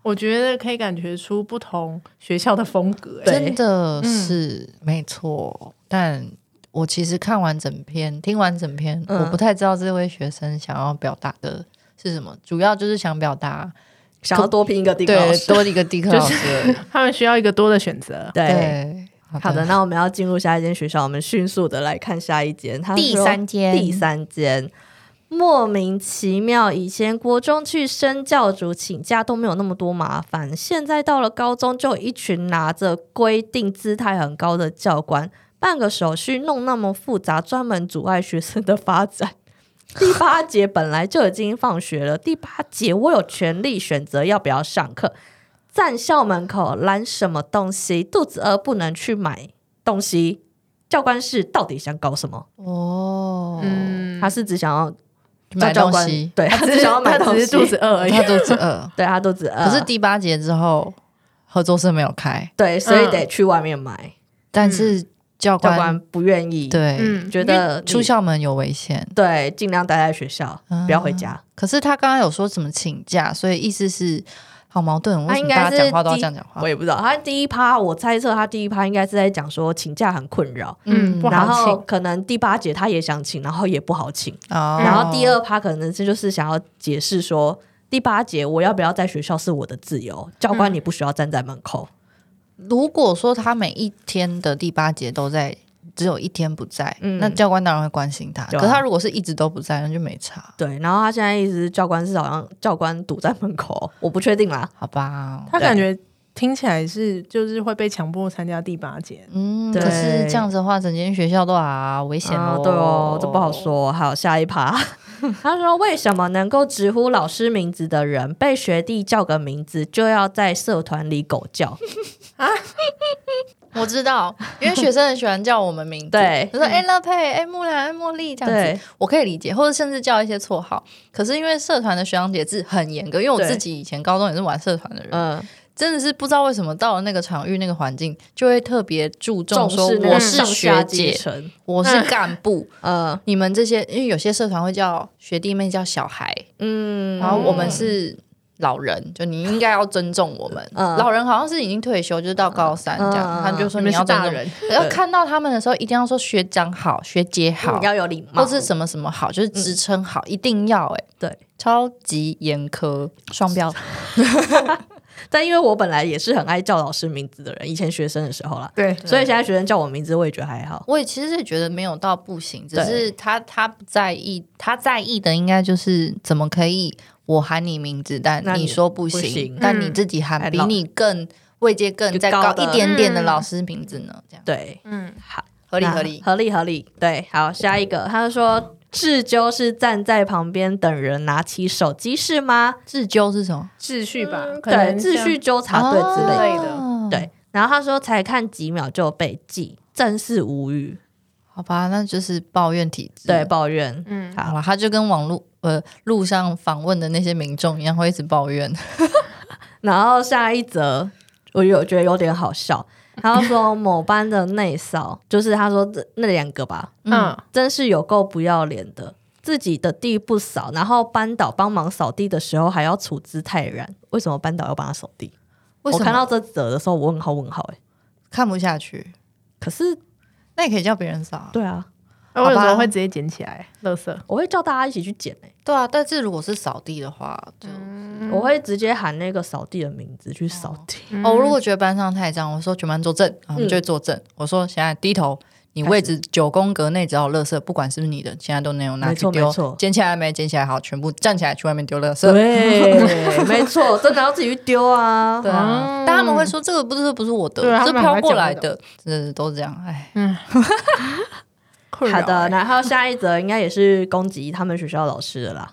[SPEAKER 3] 我觉得可以感觉出不同学校的风格、欸。
[SPEAKER 2] 对嗯
[SPEAKER 1] 真的是、没错，但我其实看完整篇，听完整篇，
[SPEAKER 2] 嗯
[SPEAKER 1] 我不太知道这位学生想要表达的是什么，主要就是想表达
[SPEAKER 2] 想要多拼一个地科老
[SPEAKER 1] 对
[SPEAKER 2] 师，
[SPEAKER 1] 多一个地科老师而已，
[SPEAKER 3] 他们需要一个多的选择。
[SPEAKER 2] 对。
[SPEAKER 1] 对，
[SPEAKER 2] 好的，那我们要进入下一间学校，我们迅速的来看下一间。他说
[SPEAKER 1] 第三间
[SPEAKER 2] 第三间莫名其妙，以前国中去升教主请假都没有那么多麻烦，现在到了高中就有一群拿着规定姿态很高的教官，办个手续弄那么复杂，专门阻碍学生的发展。 第八节本来就已经放学了，第八节我有权利选择要不要上课，站校门口拦什么东西？肚子饿不能去买东西。教官室到底想搞什么？
[SPEAKER 1] 哦，
[SPEAKER 3] 嗯，
[SPEAKER 2] 他是只想要
[SPEAKER 1] 买
[SPEAKER 2] 教
[SPEAKER 1] 东
[SPEAKER 2] 官
[SPEAKER 1] 西，哦
[SPEAKER 2] 对他只想要 买
[SPEAKER 3] 他
[SPEAKER 2] 东
[SPEAKER 3] 只
[SPEAKER 2] 西，
[SPEAKER 3] 是肚子饿而已。
[SPEAKER 1] 他肚子饿，
[SPEAKER 2] 对他肚子饿，
[SPEAKER 1] 可是第八节之后合作社没有开，
[SPEAKER 2] 对，所以
[SPEAKER 3] 嗯
[SPEAKER 2] 得去外面买。
[SPEAKER 1] 但是教
[SPEAKER 2] 嗯教
[SPEAKER 1] 官
[SPEAKER 2] 官不愿意，，
[SPEAKER 1] 对、
[SPEAKER 3] 嗯，
[SPEAKER 2] 觉得
[SPEAKER 1] 出
[SPEAKER 2] 你
[SPEAKER 1] 校门有危险，
[SPEAKER 2] 对，尽量待在学校，
[SPEAKER 1] 啊
[SPEAKER 2] 不要
[SPEAKER 3] 嗯
[SPEAKER 2] 回家。
[SPEAKER 1] 可是他刚刚有说什么请假，所以意思是好矛盾，
[SPEAKER 2] 他
[SPEAKER 1] 为什么
[SPEAKER 2] 应该
[SPEAKER 1] 大
[SPEAKER 2] 是
[SPEAKER 1] 家讲话都要
[SPEAKER 2] 第
[SPEAKER 1] 这样讲话
[SPEAKER 2] 我？也不知道。他第一趴，我猜测他第一趴应该是在讲说请假很困扰，
[SPEAKER 3] 嗯不好
[SPEAKER 2] 然后
[SPEAKER 3] 请
[SPEAKER 2] 可能第八节他也想请，然后也不好请。
[SPEAKER 1] 哦
[SPEAKER 2] 然后第二趴可能是就是想要解释说，第八节我要不要在学校是我的自由，教
[SPEAKER 3] 嗯
[SPEAKER 2] 官你不需要站在门口。
[SPEAKER 1] 如果说他每一天的第八节都在，只有一天不在，
[SPEAKER 2] 嗯
[SPEAKER 1] 那教官当然会关心他。
[SPEAKER 2] 对啊
[SPEAKER 1] 可是他如果是一直都不在，那就没差，
[SPEAKER 2] 对，然后他现在意思是教官是好像教官堵在门口，我不确定啦。
[SPEAKER 1] 好吧？
[SPEAKER 3] 他感觉听起来是就是会被强迫参加第八节。
[SPEAKER 1] 嗯，
[SPEAKER 2] 对
[SPEAKER 1] 可是这样子的话，整间学校都啊危险
[SPEAKER 2] 啊
[SPEAKER 1] 哦、
[SPEAKER 2] 对哦，这不好。说。还有下一趴， 他说为什么能够直呼老师名字的人，被学弟叫个名字就要在社团里狗叫？
[SPEAKER 1] 我知道，因为学生很喜欢叫我们名 字，
[SPEAKER 2] 对
[SPEAKER 1] 就说哎乐佩、哎木兰、哎茉莉这样子
[SPEAKER 2] 对，
[SPEAKER 1] 我可以理解，或者甚至叫一些绰号。可是因为社团的学长姐制很严格，因为我
[SPEAKER 2] 对
[SPEAKER 1] 自己以前高中也是玩社团的人，
[SPEAKER 2] 嗯，
[SPEAKER 1] 真的是不知道为什么到了那个场域、那个环境，就会特别注重
[SPEAKER 2] 重
[SPEAKER 1] 说
[SPEAKER 2] 视那个
[SPEAKER 1] 我是
[SPEAKER 2] 上下
[SPEAKER 1] 学姐，
[SPEAKER 2] 阶层，
[SPEAKER 1] 我是干部。
[SPEAKER 2] 嗯
[SPEAKER 1] 你们这些，因为有些社团会叫学弟妹叫小孩，
[SPEAKER 2] 嗯，
[SPEAKER 1] 然后我们是老人，就你应该要尊重我们。
[SPEAKER 2] 嗯
[SPEAKER 1] 老人好像是已经退休，就是到高三这
[SPEAKER 2] 嗯
[SPEAKER 1] 样，他们就说
[SPEAKER 3] 你
[SPEAKER 1] 你
[SPEAKER 3] 们
[SPEAKER 1] 要
[SPEAKER 3] 是
[SPEAKER 1] 尊
[SPEAKER 3] 大
[SPEAKER 1] 重。
[SPEAKER 3] 人，
[SPEAKER 1] 然后看到他们的时候，一定要说学长好、学姐好嗯
[SPEAKER 2] 你，要有礼貌，
[SPEAKER 1] 或是什么什么好，就是职称好，一定要哎、
[SPEAKER 2] 对。
[SPEAKER 1] 超级严苛，双标，
[SPEAKER 2] 但因为我本来也是很爱叫老师名字的人，以前学生的时候啦，
[SPEAKER 3] 对，
[SPEAKER 2] 所以现在学生叫我名字，我也觉得还好。
[SPEAKER 1] 我也其实也觉得没有到不行，只
[SPEAKER 2] 对
[SPEAKER 1] 是他他不在意，他在意的应该就是怎么可以我喊你名字，但
[SPEAKER 2] 那你
[SPEAKER 1] 你说不
[SPEAKER 2] 不行
[SPEAKER 1] 但
[SPEAKER 3] 嗯
[SPEAKER 1] 你自己喊
[SPEAKER 2] 还
[SPEAKER 1] 比
[SPEAKER 2] 老
[SPEAKER 1] 你更位阶更再
[SPEAKER 2] 高
[SPEAKER 1] 高
[SPEAKER 2] 的
[SPEAKER 1] 一点点的
[SPEAKER 3] 嗯
[SPEAKER 1] 老师名字呢？这样
[SPEAKER 2] 对，
[SPEAKER 3] 嗯，
[SPEAKER 2] 好，
[SPEAKER 1] 合理
[SPEAKER 2] 那
[SPEAKER 1] 合理。
[SPEAKER 2] 合理合理。对，好，下一个，他说志究是站在旁边等人拿起手机是吗？
[SPEAKER 1] 自纠是什么？
[SPEAKER 3] 秩序吧，可
[SPEAKER 2] 对
[SPEAKER 3] 能，
[SPEAKER 2] 秩序纠察队之类的。
[SPEAKER 3] 类的
[SPEAKER 1] 嗯哦
[SPEAKER 2] 对，然后他说才看几秒就被记，真是无语。
[SPEAKER 1] 好吧，那就是抱怨体质。
[SPEAKER 2] 对，，抱怨。
[SPEAKER 3] 嗯，
[SPEAKER 1] 好
[SPEAKER 2] 好，
[SPEAKER 1] 了，他就跟网路呃路上访问的那些民众一样，会一直抱怨。
[SPEAKER 2] 然后下一则，我有觉得有点 好笑。他说某班的内扫，就是他说这那两个吧，
[SPEAKER 3] 嗯，
[SPEAKER 2] 真是有够不要脸的。自己的地不扫，然后班导帮忙扫地的时候还要处之泰然。为什么班导要帮他扫地？
[SPEAKER 1] 为
[SPEAKER 2] 我
[SPEAKER 1] 什么
[SPEAKER 2] 看到这则的时候，我问号问号哎、
[SPEAKER 1] 看不下去？
[SPEAKER 2] 可是
[SPEAKER 1] 那也可以叫别人扫啊。
[SPEAKER 2] 对啊，
[SPEAKER 3] 我有时
[SPEAKER 1] 好吧
[SPEAKER 3] 候会直接捡起来，垃圾。
[SPEAKER 2] 我会叫大家一起去捡哎、
[SPEAKER 1] 对啊，但是如果是扫地的话，就、
[SPEAKER 2] 我会直接喊那个扫地的名字去扫地。
[SPEAKER 1] 嗯
[SPEAKER 3] 嗯
[SPEAKER 1] 哦，我如果觉得班上太脏，我说全班坐正，然后我们就会坐正。我说现在低头，你位置九宫格内只要有垃圾，不管是不是你的，现在都能有拿
[SPEAKER 2] 没
[SPEAKER 1] 去
[SPEAKER 2] 错没
[SPEAKER 1] 丢
[SPEAKER 2] 错。
[SPEAKER 1] 捡起来没？捡起来好，全部站起来去外面丢垃
[SPEAKER 3] 啊
[SPEAKER 1] 圾。
[SPEAKER 2] 对， 没错，真的要自己去丢啊。
[SPEAKER 1] 对啊，但他们会说这个不是不是我的，
[SPEAKER 3] 对啊
[SPEAKER 1] 这
[SPEAKER 3] 他们
[SPEAKER 1] 飘
[SPEAKER 3] 还
[SPEAKER 1] 过
[SPEAKER 3] 讲
[SPEAKER 1] 来
[SPEAKER 3] 这
[SPEAKER 1] 的，真的都这样。哎，
[SPEAKER 3] 困
[SPEAKER 2] 好
[SPEAKER 3] 扰
[SPEAKER 2] 的，
[SPEAKER 3] 欸
[SPEAKER 2] 然后下一则应该也是攻击他们学校老师的啦。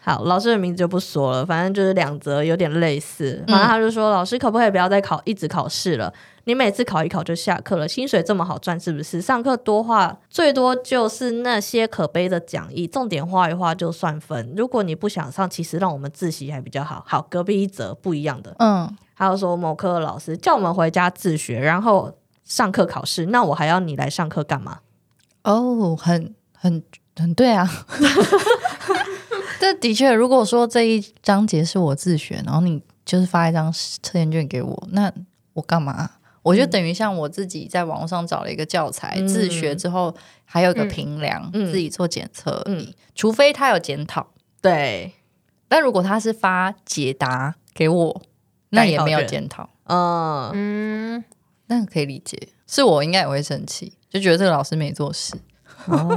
[SPEAKER 2] 好，老师的名字就不说了，反正就是两则有点类似。
[SPEAKER 3] 嗯
[SPEAKER 2] 反正他就说，老师可不可以不要再考，一直考试了？你每次考一考就下课了，薪水这么好赚是不是？上课多话最多就是那些可悲的讲义，重点画一画就算分。如果你不想上，其实让我们自习还比较好。好，隔壁一则不一样的，
[SPEAKER 1] 嗯，
[SPEAKER 2] 还有说某科的老师叫我们回家自学，然后上课考试，那我还要你来上课干嘛？
[SPEAKER 1] 哦，很很很对啊。 这的确，如果说这一章节是我自选，然后你就是发一张测验卷给我，那我干嘛？我就等于像我自己在网络上找了一个教材、
[SPEAKER 2] 嗯
[SPEAKER 1] 自学之后，还有一个
[SPEAKER 3] 嗯
[SPEAKER 1] 评量，
[SPEAKER 2] 嗯
[SPEAKER 1] 自己做检测。
[SPEAKER 2] 嗯，
[SPEAKER 1] 除非他有检讨，
[SPEAKER 2] 对，
[SPEAKER 1] 但如果他是发解答给我，那也没有检讨，
[SPEAKER 2] 嗯，
[SPEAKER 3] 嗯，
[SPEAKER 1] 那可以理解。是我应该也会生气，就觉得这个老师没做事。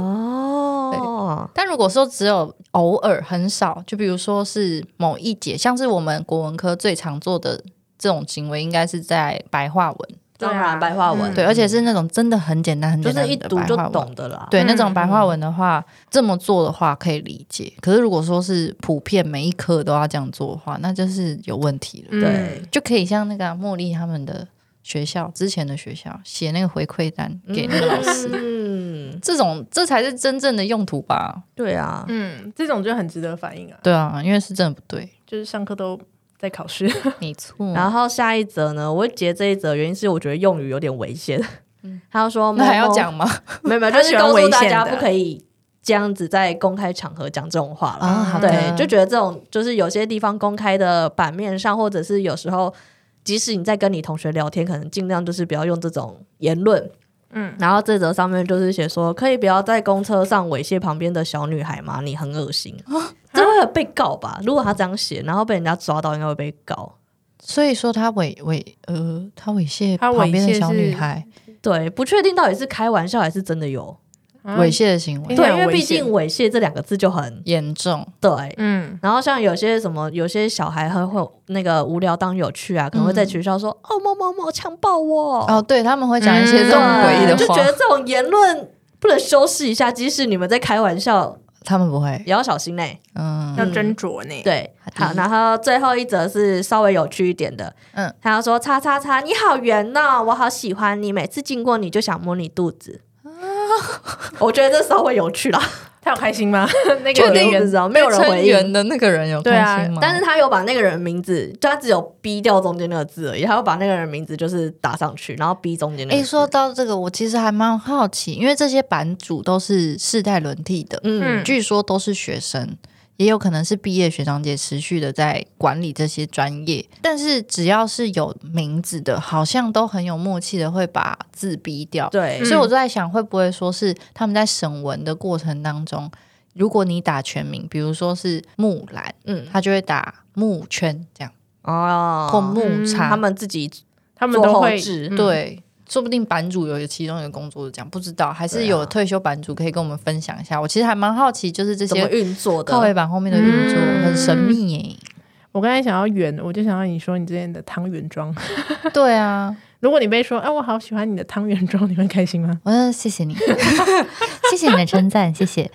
[SPEAKER 2] 哦，
[SPEAKER 1] 但如果说只有偶尔很少，就比如说是某一节，像是我们国文科最常做的这种行为，应该是在白话文，
[SPEAKER 2] 当然白话文，
[SPEAKER 3] 嗯
[SPEAKER 1] 对，而且是那种真的很简单、很
[SPEAKER 2] 啊就
[SPEAKER 1] 简单
[SPEAKER 2] 是
[SPEAKER 1] 的
[SPEAKER 2] 一读
[SPEAKER 1] 白
[SPEAKER 2] 就
[SPEAKER 1] 话文。
[SPEAKER 2] 懂的啦。
[SPEAKER 1] 对
[SPEAKER 3] 嗯
[SPEAKER 1] 那种白话文的话，这么做的话可以理解。可是如果说是普遍每一科都要这样做的话，那就是有问题了。
[SPEAKER 3] 嗯
[SPEAKER 2] 对，
[SPEAKER 1] 就可以像那个啊茉莉他们的学校之前的学校写那个回馈单给那个老师，
[SPEAKER 2] 嗯，
[SPEAKER 1] 这种这才是真正的用途吧？
[SPEAKER 2] 对啊，
[SPEAKER 3] 嗯，这种就很值得反应啊，
[SPEAKER 1] 对啊，因为是真的不对，
[SPEAKER 3] 就是上课都在考 试，
[SPEAKER 1] 没错。
[SPEAKER 2] 然后下一则呢，我会截这一则，原因是我觉得用语有点危险。 他说
[SPEAKER 1] 那还要
[SPEAKER 2] 某某
[SPEAKER 1] 讲吗？
[SPEAKER 2] 没有没有，
[SPEAKER 3] 他
[SPEAKER 2] 就是
[SPEAKER 3] 喜欢
[SPEAKER 2] 告诉
[SPEAKER 3] 危
[SPEAKER 2] 大
[SPEAKER 3] 险
[SPEAKER 2] 家
[SPEAKER 3] 的
[SPEAKER 2] 不可以这样子在公开场合讲这种话了。
[SPEAKER 1] 啊好的
[SPEAKER 3] 嗯
[SPEAKER 2] 对，就觉得这种就是有些地方公开的版面上，或者是有时候，即使你在跟你同学聊天，可能尽量就是不要用这种言论。
[SPEAKER 3] 嗯，
[SPEAKER 2] 然后这则上面就是写说，可以不要在公车上猥亵旁边的小女孩吗？你很恶心，
[SPEAKER 3] 啊
[SPEAKER 2] 这会有被告吧？如果他这样写，然后被人家抓到，应该会被告。
[SPEAKER 1] 所以说他猥猥呃，他猥亵
[SPEAKER 3] 他猥亵
[SPEAKER 1] 旁边的小女
[SPEAKER 3] 是
[SPEAKER 1] 孩，
[SPEAKER 2] 对，不确定到底是开玩笑还是真的有。
[SPEAKER 1] 猥亵的行为
[SPEAKER 3] 嗯听起
[SPEAKER 2] 对，
[SPEAKER 3] 来
[SPEAKER 2] 因为
[SPEAKER 3] 很
[SPEAKER 2] 毕
[SPEAKER 3] 危险
[SPEAKER 2] 竟猥亵这两个字就很
[SPEAKER 1] 严重。
[SPEAKER 2] 对，
[SPEAKER 3] 嗯，
[SPEAKER 2] 然后像有些什么，有些小孩还会那个无聊当有趣啊，可能会在学校说、哦某某某强暴我，
[SPEAKER 1] 嗯哦，对他们会讲一些这
[SPEAKER 2] 对
[SPEAKER 1] 种诡异的
[SPEAKER 2] 就觉得
[SPEAKER 1] 话，
[SPEAKER 2] 这种言论不能修饰一下，即使你们在开玩笑，
[SPEAKER 1] 他们不会。
[SPEAKER 2] 也要小心嘞、
[SPEAKER 1] 嗯
[SPEAKER 3] 要斟酌呢，
[SPEAKER 2] 对，
[SPEAKER 1] 好
[SPEAKER 2] 好，然后最后一则是稍微有趣一点的，
[SPEAKER 1] 嗯
[SPEAKER 2] 嗯，他要说叉叉叉，你好圆哦，我好喜欢你，每次经过你就想摸你肚子。
[SPEAKER 1] 哦
[SPEAKER 2] 我觉得这稍微有趣啦，
[SPEAKER 3] 他有开心吗？ 那
[SPEAKER 1] 确
[SPEAKER 3] 个
[SPEAKER 1] 定
[SPEAKER 3] 人
[SPEAKER 2] 我不
[SPEAKER 3] 员
[SPEAKER 2] 知道没有人
[SPEAKER 1] 被
[SPEAKER 2] 回
[SPEAKER 1] 称
[SPEAKER 2] 应
[SPEAKER 1] 援，的那个人有
[SPEAKER 3] 对啊
[SPEAKER 1] 开心吗？
[SPEAKER 2] 但是他有把那个人名字，就他只有逼掉中间那个字而已，他有把那个人名字就是打上去，然后逼中间那
[SPEAKER 1] 诶，
[SPEAKER 2] 个字。
[SPEAKER 1] 说到这个，我其实还蛮好奇，因为这些版主都是世代轮替的，
[SPEAKER 2] 嗯
[SPEAKER 3] 嗯
[SPEAKER 1] 据说都是学生，也有可能是毕业学长姐持续的在管理这些专业。但是只要是有名字的，好像都很有默契的会把字逼掉。
[SPEAKER 2] 对
[SPEAKER 3] 嗯
[SPEAKER 1] 所以我就在想，会不会说是他们在审文的过程当中，如果你打全名，比如说是木兰，
[SPEAKER 2] 嗯
[SPEAKER 1] 他就会打木圈这样，
[SPEAKER 2] 哦，
[SPEAKER 1] 或木
[SPEAKER 3] 嗯
[SPEAKER 1] 叉，
[SPEAKER 2] 他们自己
[SPEAKER 3] 他们
[SPEAKER 2] 做
[SPEAKER 3] 都
[SPEAKER 2] 后
[SPEAKER 3] 会
[SPEAKER 2] 置
[SPEAKER 3] 嗯
[SPEAKER 1] 对，说不定版主有其中一个工作是这样，不知道，还是
[SPEAKER 2] 对啊
[SPEAKER 1] 有退休版主可以跟我们分享一下。我其实还蛮好奇，就是这
[SPEAKER 2] 怎么
[SPEAKER 1] 些
[SPEAKER 2] 运作
[SPEAKER 1] 靠
[SPEAKER 2] 的
[SPEAKER 1] 背，版后面的运作、
[SPEAKER 3] 嗯
[SPEAKER 1] 很神秘耶、
[SPEAKER 3] 我刚才想要圆，我就想到你说你之前的汤圆装，
[SPEAKER 1] 对啊，
[SPEAKER 3] 如果你被说哎、我好喜欢你的汤圆装，你会开心吗？
[SPEAKER 1] 我说谢 谢你，谢谢你的称赞，谢谢。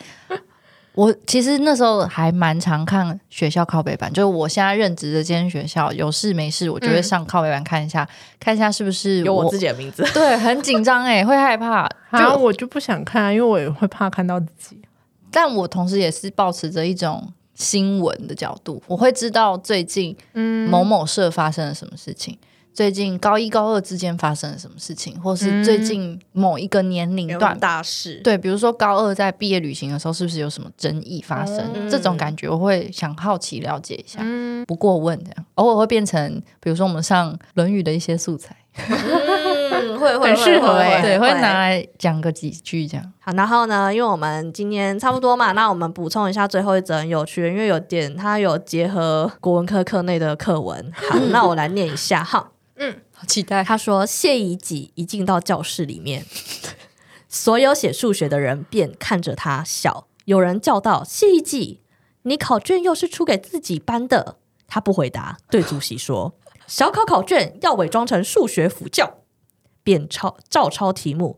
[SPEAKER 1] 我其实那时候还蛮常看学校靠背版，就是我现在任职的这间学校，有事没事我就会
[SPEAKER 3] 嗯
[SPEAKER 1] 上靠背版看一下，看一下是不是
[SPEAKER 2] 有我自己的名字。
[SPEAKER 1] 对，很紧张哎、会害怕。
[SPEAKER 3] 然啊后我就不想看，因为我也会怕看到自己。
[SPEAKER 1] 但我同时也是保持着一种新闻的角度，我会知道最近
[SPEAKER 3] 嗯
[SPEAKER 1] 某某社发生了什么事情，最近高一高二之间发生了什么事情，或是最近某一个年龄
[SPEAKER 2] 有
[SPEAKER 1] 段。
[SPEAKER 2] 大事，
[SPEAKER 1] 对，比如说高二在毕业旅行的时候，是不是有什么争议发生？
[SPEAKER 2] 嗯
[SPEAKER 1] 这种感觉我会想好奇了解一下，
[SPEAKER 3] 嗯，
[SPEAKER 1] 不过问这样。偶尔会变成，比如说我们上《论语》的一些素材，
[SPEAKER 2] 嗯，会会
[SPEAKER 3] 很适合
[SPEAKER 2] 哎，
[SPEAKER 3] 欸
[SPEAKER 1] 对，会拿来讲个几句这样。
[SPEAKER 2] 好，然后呢，因为我们今天差不多嘛，那我们补充一下最后一则很有趣的，因为有点它有结合国文科课内的课 文。好，那我来念一下哈。
[SPEAKER 1] 好期待！
[SPEAKER 2] 他说：“谢以己一进到教室里面， 所有写数学的人便看着他笑。有人叫道：‘谢以己，你考卷又是出给自己班的。’他不回答，对主席说：‘小考考卷要伪装成数学辅教。’便抄照抄题目。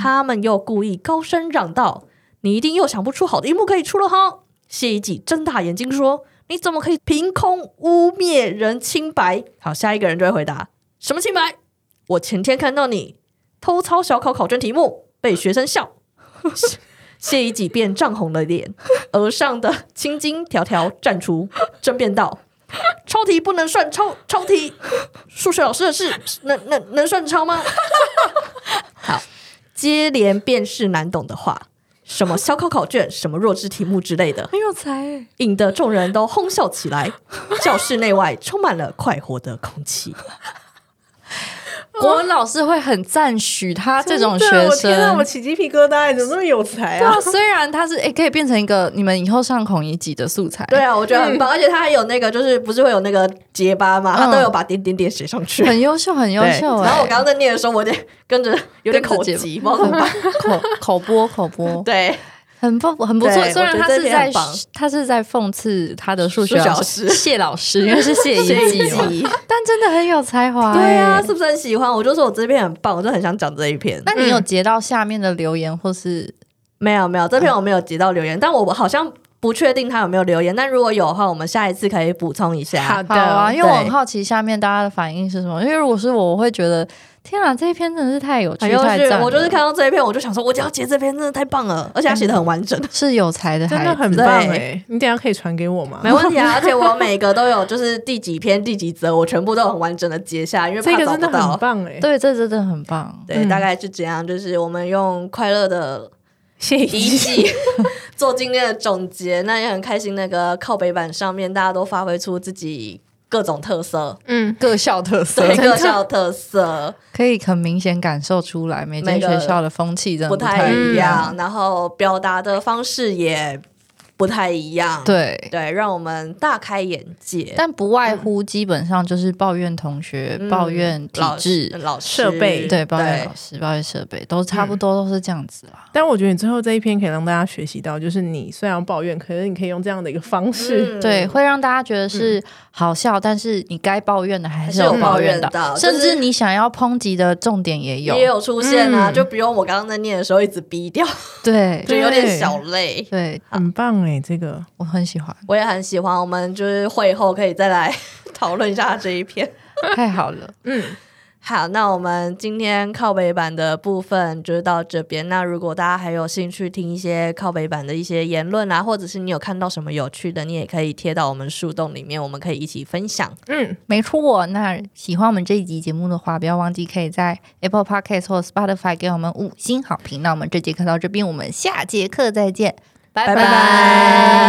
[SPEAKER 2] 他们又故意高声嚷道：‘你一定又想不出好的一幕可以出了哈！’谢以己睁大眼睛说。”你怎么可以凭空污蔑人清白？好，下一个人就会回答：什么清白？我前天看到你偷抄小考考卷题目，被学生笑。谢以己便涨红了脸，额上的青筋条条绽出，争辩道：“抄题不能算抄，抄题数学老师的事能能能算抄吗？”好，接连便是难懂的话，什么小考考卷，什么弱智题目之类的，
[SPEAKER 1] 很有才耶，
[SPEAKER 2] 引得众人都哄笑起来。教室内外充满了快活的空气。
[SPEAKER 1] 国文老师会很赞许他这种
[SPEAKER 3] 啊真的
[SPEAKER 1] 学
[SPEAKER 3] 我天啊，
[SPEAKER 1] 生
[SPEAKER 3] 我。起鸡皮疙瘩，怎么那么有才
[SPEAKER 1] 对
[SPEAKER 3] 啊
[SPEAKER 1] 啊，？虽然他是诶、可以变成一个你们以后上孔乙己的素材，
[SPEAKER 2] 对啊，我觉得很棒，而且他还有那个，就是不是会有那个结巴嘛，他
[SPEAKER 1] 嗯
[SPEAKER 2] 都有把点点点写上去。
[SPEAKER 1] 很优秀，很优
[SPEAKER 2] 对
[SPEAKER 1] 秀、诶哎
[SPEAKER 2] 然后我刚刚在念的时候，我有点跟着有
[SPEAKER 1] 跟
[SPEAKER 2] 点
[SPEAKER 1] 着
[SPEAKER 2] 口
[SPEAKER 1] 结巴
[SPEAKER 2] 急，不知道 怎么办。
[SPEAKER 1] 口口播口播，
[SPEAKER 2] 对，
[SPEAKER 1] 很不很不错。
[SPEAKER 2] 对
[SPEAKER 1] 虽然
[SPEAKER 2] 我觉得
[SPEAKER 1] 他
[SPEAKER 2] 这
[SPEAKER 1] 是
[SPEAKER 2] 篇
[SPEAKER 1] 在
[SPEAKER 2] 很棒
[SPEAKER 1] 他是在讽刺他的数学
[SPEAKER 2] 数学
[SPEAKER 1] 老
[SPEAKER 2] 老
[SPEAKER 1] 师
[SPEAKER 2] 师
[SPEAKER 1] 谢老师，因为是 谢
[SPEAKER 2] 谢
[SPEAKER 1] 一哎
[SPEAKER 2] 一
[SPEAKER 1] 季嘛，
[SPEAKER 2] 集。
[SPEAKER 1] 但真的很有才华、
[SPEAKER 2] 对啊，
[SPEAKER 1] 诶
[SPEAKER 2] 是不是很喜欢？我就说我这篇很棒，我就很想讲这一篇。
[SPEAKER 1] 那你有截到下面的留言或是
[SPEAKER 2] 没有没有，这篇我没有接到留言，但我好像不确定他有没有留言。但如果有的话，我们下一次可以补充一下。
[SPEAKER 1] 好啊，因为
[SPEAKER 2] 对
[SPEAKER 1] 我很好奇下面大家的反应是什么。因为如果是我，我会觉得天啊，这一篇真的是太有趣，
[SPEAKER 2] 很有
[SPEAKER 1] 太
[SPEAKER 2] 趣
[SPEAKER 1] 赞，了！
[SPEAKER 2] 我就是看到这一篇，我就想说，我就要接这篇，真的太棒了，而且他写的很完整。
[SPEAKER 1] 是有才的孩
[SPEAKER 3] 真
[SPEAKER 1] 子，
[SPEAKER 3] 的很棒
[SPEAKER 2] 对
[SPEAKER 3] 哎！你等一下可以传给我吗？
[SPEAKER 2] 没问题啊，而且我每个都有，就是第几篇第几则，我全部都很完整的截下来，因为
[SPEAKER 3] 这
[SPEAKER 2] 怕
[SPEAKER 3] 个
[SPEAKER 2] 找
[SPEAKER 3] 真
[SPEAKER 2] 不
[SPEAKER 3] 的很
[SPEAKER 2] 到。
[SPEAKER 3] 棒哎！
[SPEAKER 1] 对，这真的很棒。
[SPEAKER 2] 对，
[SPEAKER 3] 嗯
[SPEAKER 2] 大概是这样，就是我们用快乐的
[SPEAKER 3] 谢
[SPEAKER 2] 笔
[SPEAKER 3] 谢。
[SPEAKER 2] 记做今天的总结，那也很开心。那个靠北版上面，大家都发挥出自己各种特色，
[SPEAKER 3] 嗯，
[SPEAKER 1] 各校特
[SPEAKER 2] 对各校特色
[SPEAKER 1] 可以很明显感受出来，每间
[SPEAKER 2] 每个
[SPEAKER 1] 学校的风气真的
[SPEAKER 2] 不太
[SPEAKER 1] 嗯一
[SPEAKER 2] 一
[SPEAKER 1] 样。
[SPEAKER 2] 样，然后表达的方式也不太一样。
[SPEAKER 1] 对，
[SPEAKER 2] 对，让我们大开眼界。
[SPEAKER 1] 但不外乎基本上就是抱怨同学、
[SPEAKER 2] 嗯
[SPEAKER 1] 抱怨体
[SPEAKER 2] 老师嗯
[SPEAKER 1] 制，
[SPEAKER 2] 老师
[SPEAKER 3] 设备
[SPEAKER 1] 对，抱怨老师、抱怨设备，都差不多都是这样子啦。
[SPEAKER 3] 但我觉得你最后这一篇可以让大家学习到，就是你虽然抱怨，可是你可以用这样的一个方式，
[SPEAKER 2] 嗯
[SPEAKER 1] 对，会让大家觉得是好笑，但是你该抱怨的还是有
[SPEAKER 2] 还是有
[SPEAKER 1] 抱怨
[SPEAKER 2] 抱怨到
[SPEAKER 1] 甚
[SPEAKER 2] 就是
[SPEAKER 1] 至你想要抨击的重点也有。
[SPEAKER 2] 也有出现啊，
[SPEAKER 3] 嗯
[SPEAKER 2] 就不用我刚刚在念的时候一直 逼掉，
[SPEAKER 1] 对
[SPEAKER 2] 就有点小累。
[SPEAKER 1] 对，
[SPEAKER 3] 很棒哎！这个
[SPEAKER 1] 我很喜欢，
[SPEAKER 2] 我也很喜欢，我们就是会后可以再来 讨论一下这 一篇。
[SPEAKER 1] 太好了。
[SPEAKER 2] 好，那我们今天靠北版的部分就是到这边。那如果大家还有兴趣听一些靠北版的一些言论啊，或者是你有看到什么有趣的，你也可以贴到我们树洞里面，我们可以一起分享。
[SPEAKER 3] 嗯，
[SPEAKER 1] 没错，那喜欢我们这一集节目的话，不要忘记可以在 Apple Podcast 或 Spotify 给我们五星好评。那我们这节课到这边，我们下节课再见，拜
[SPEAKER 2] 拜拜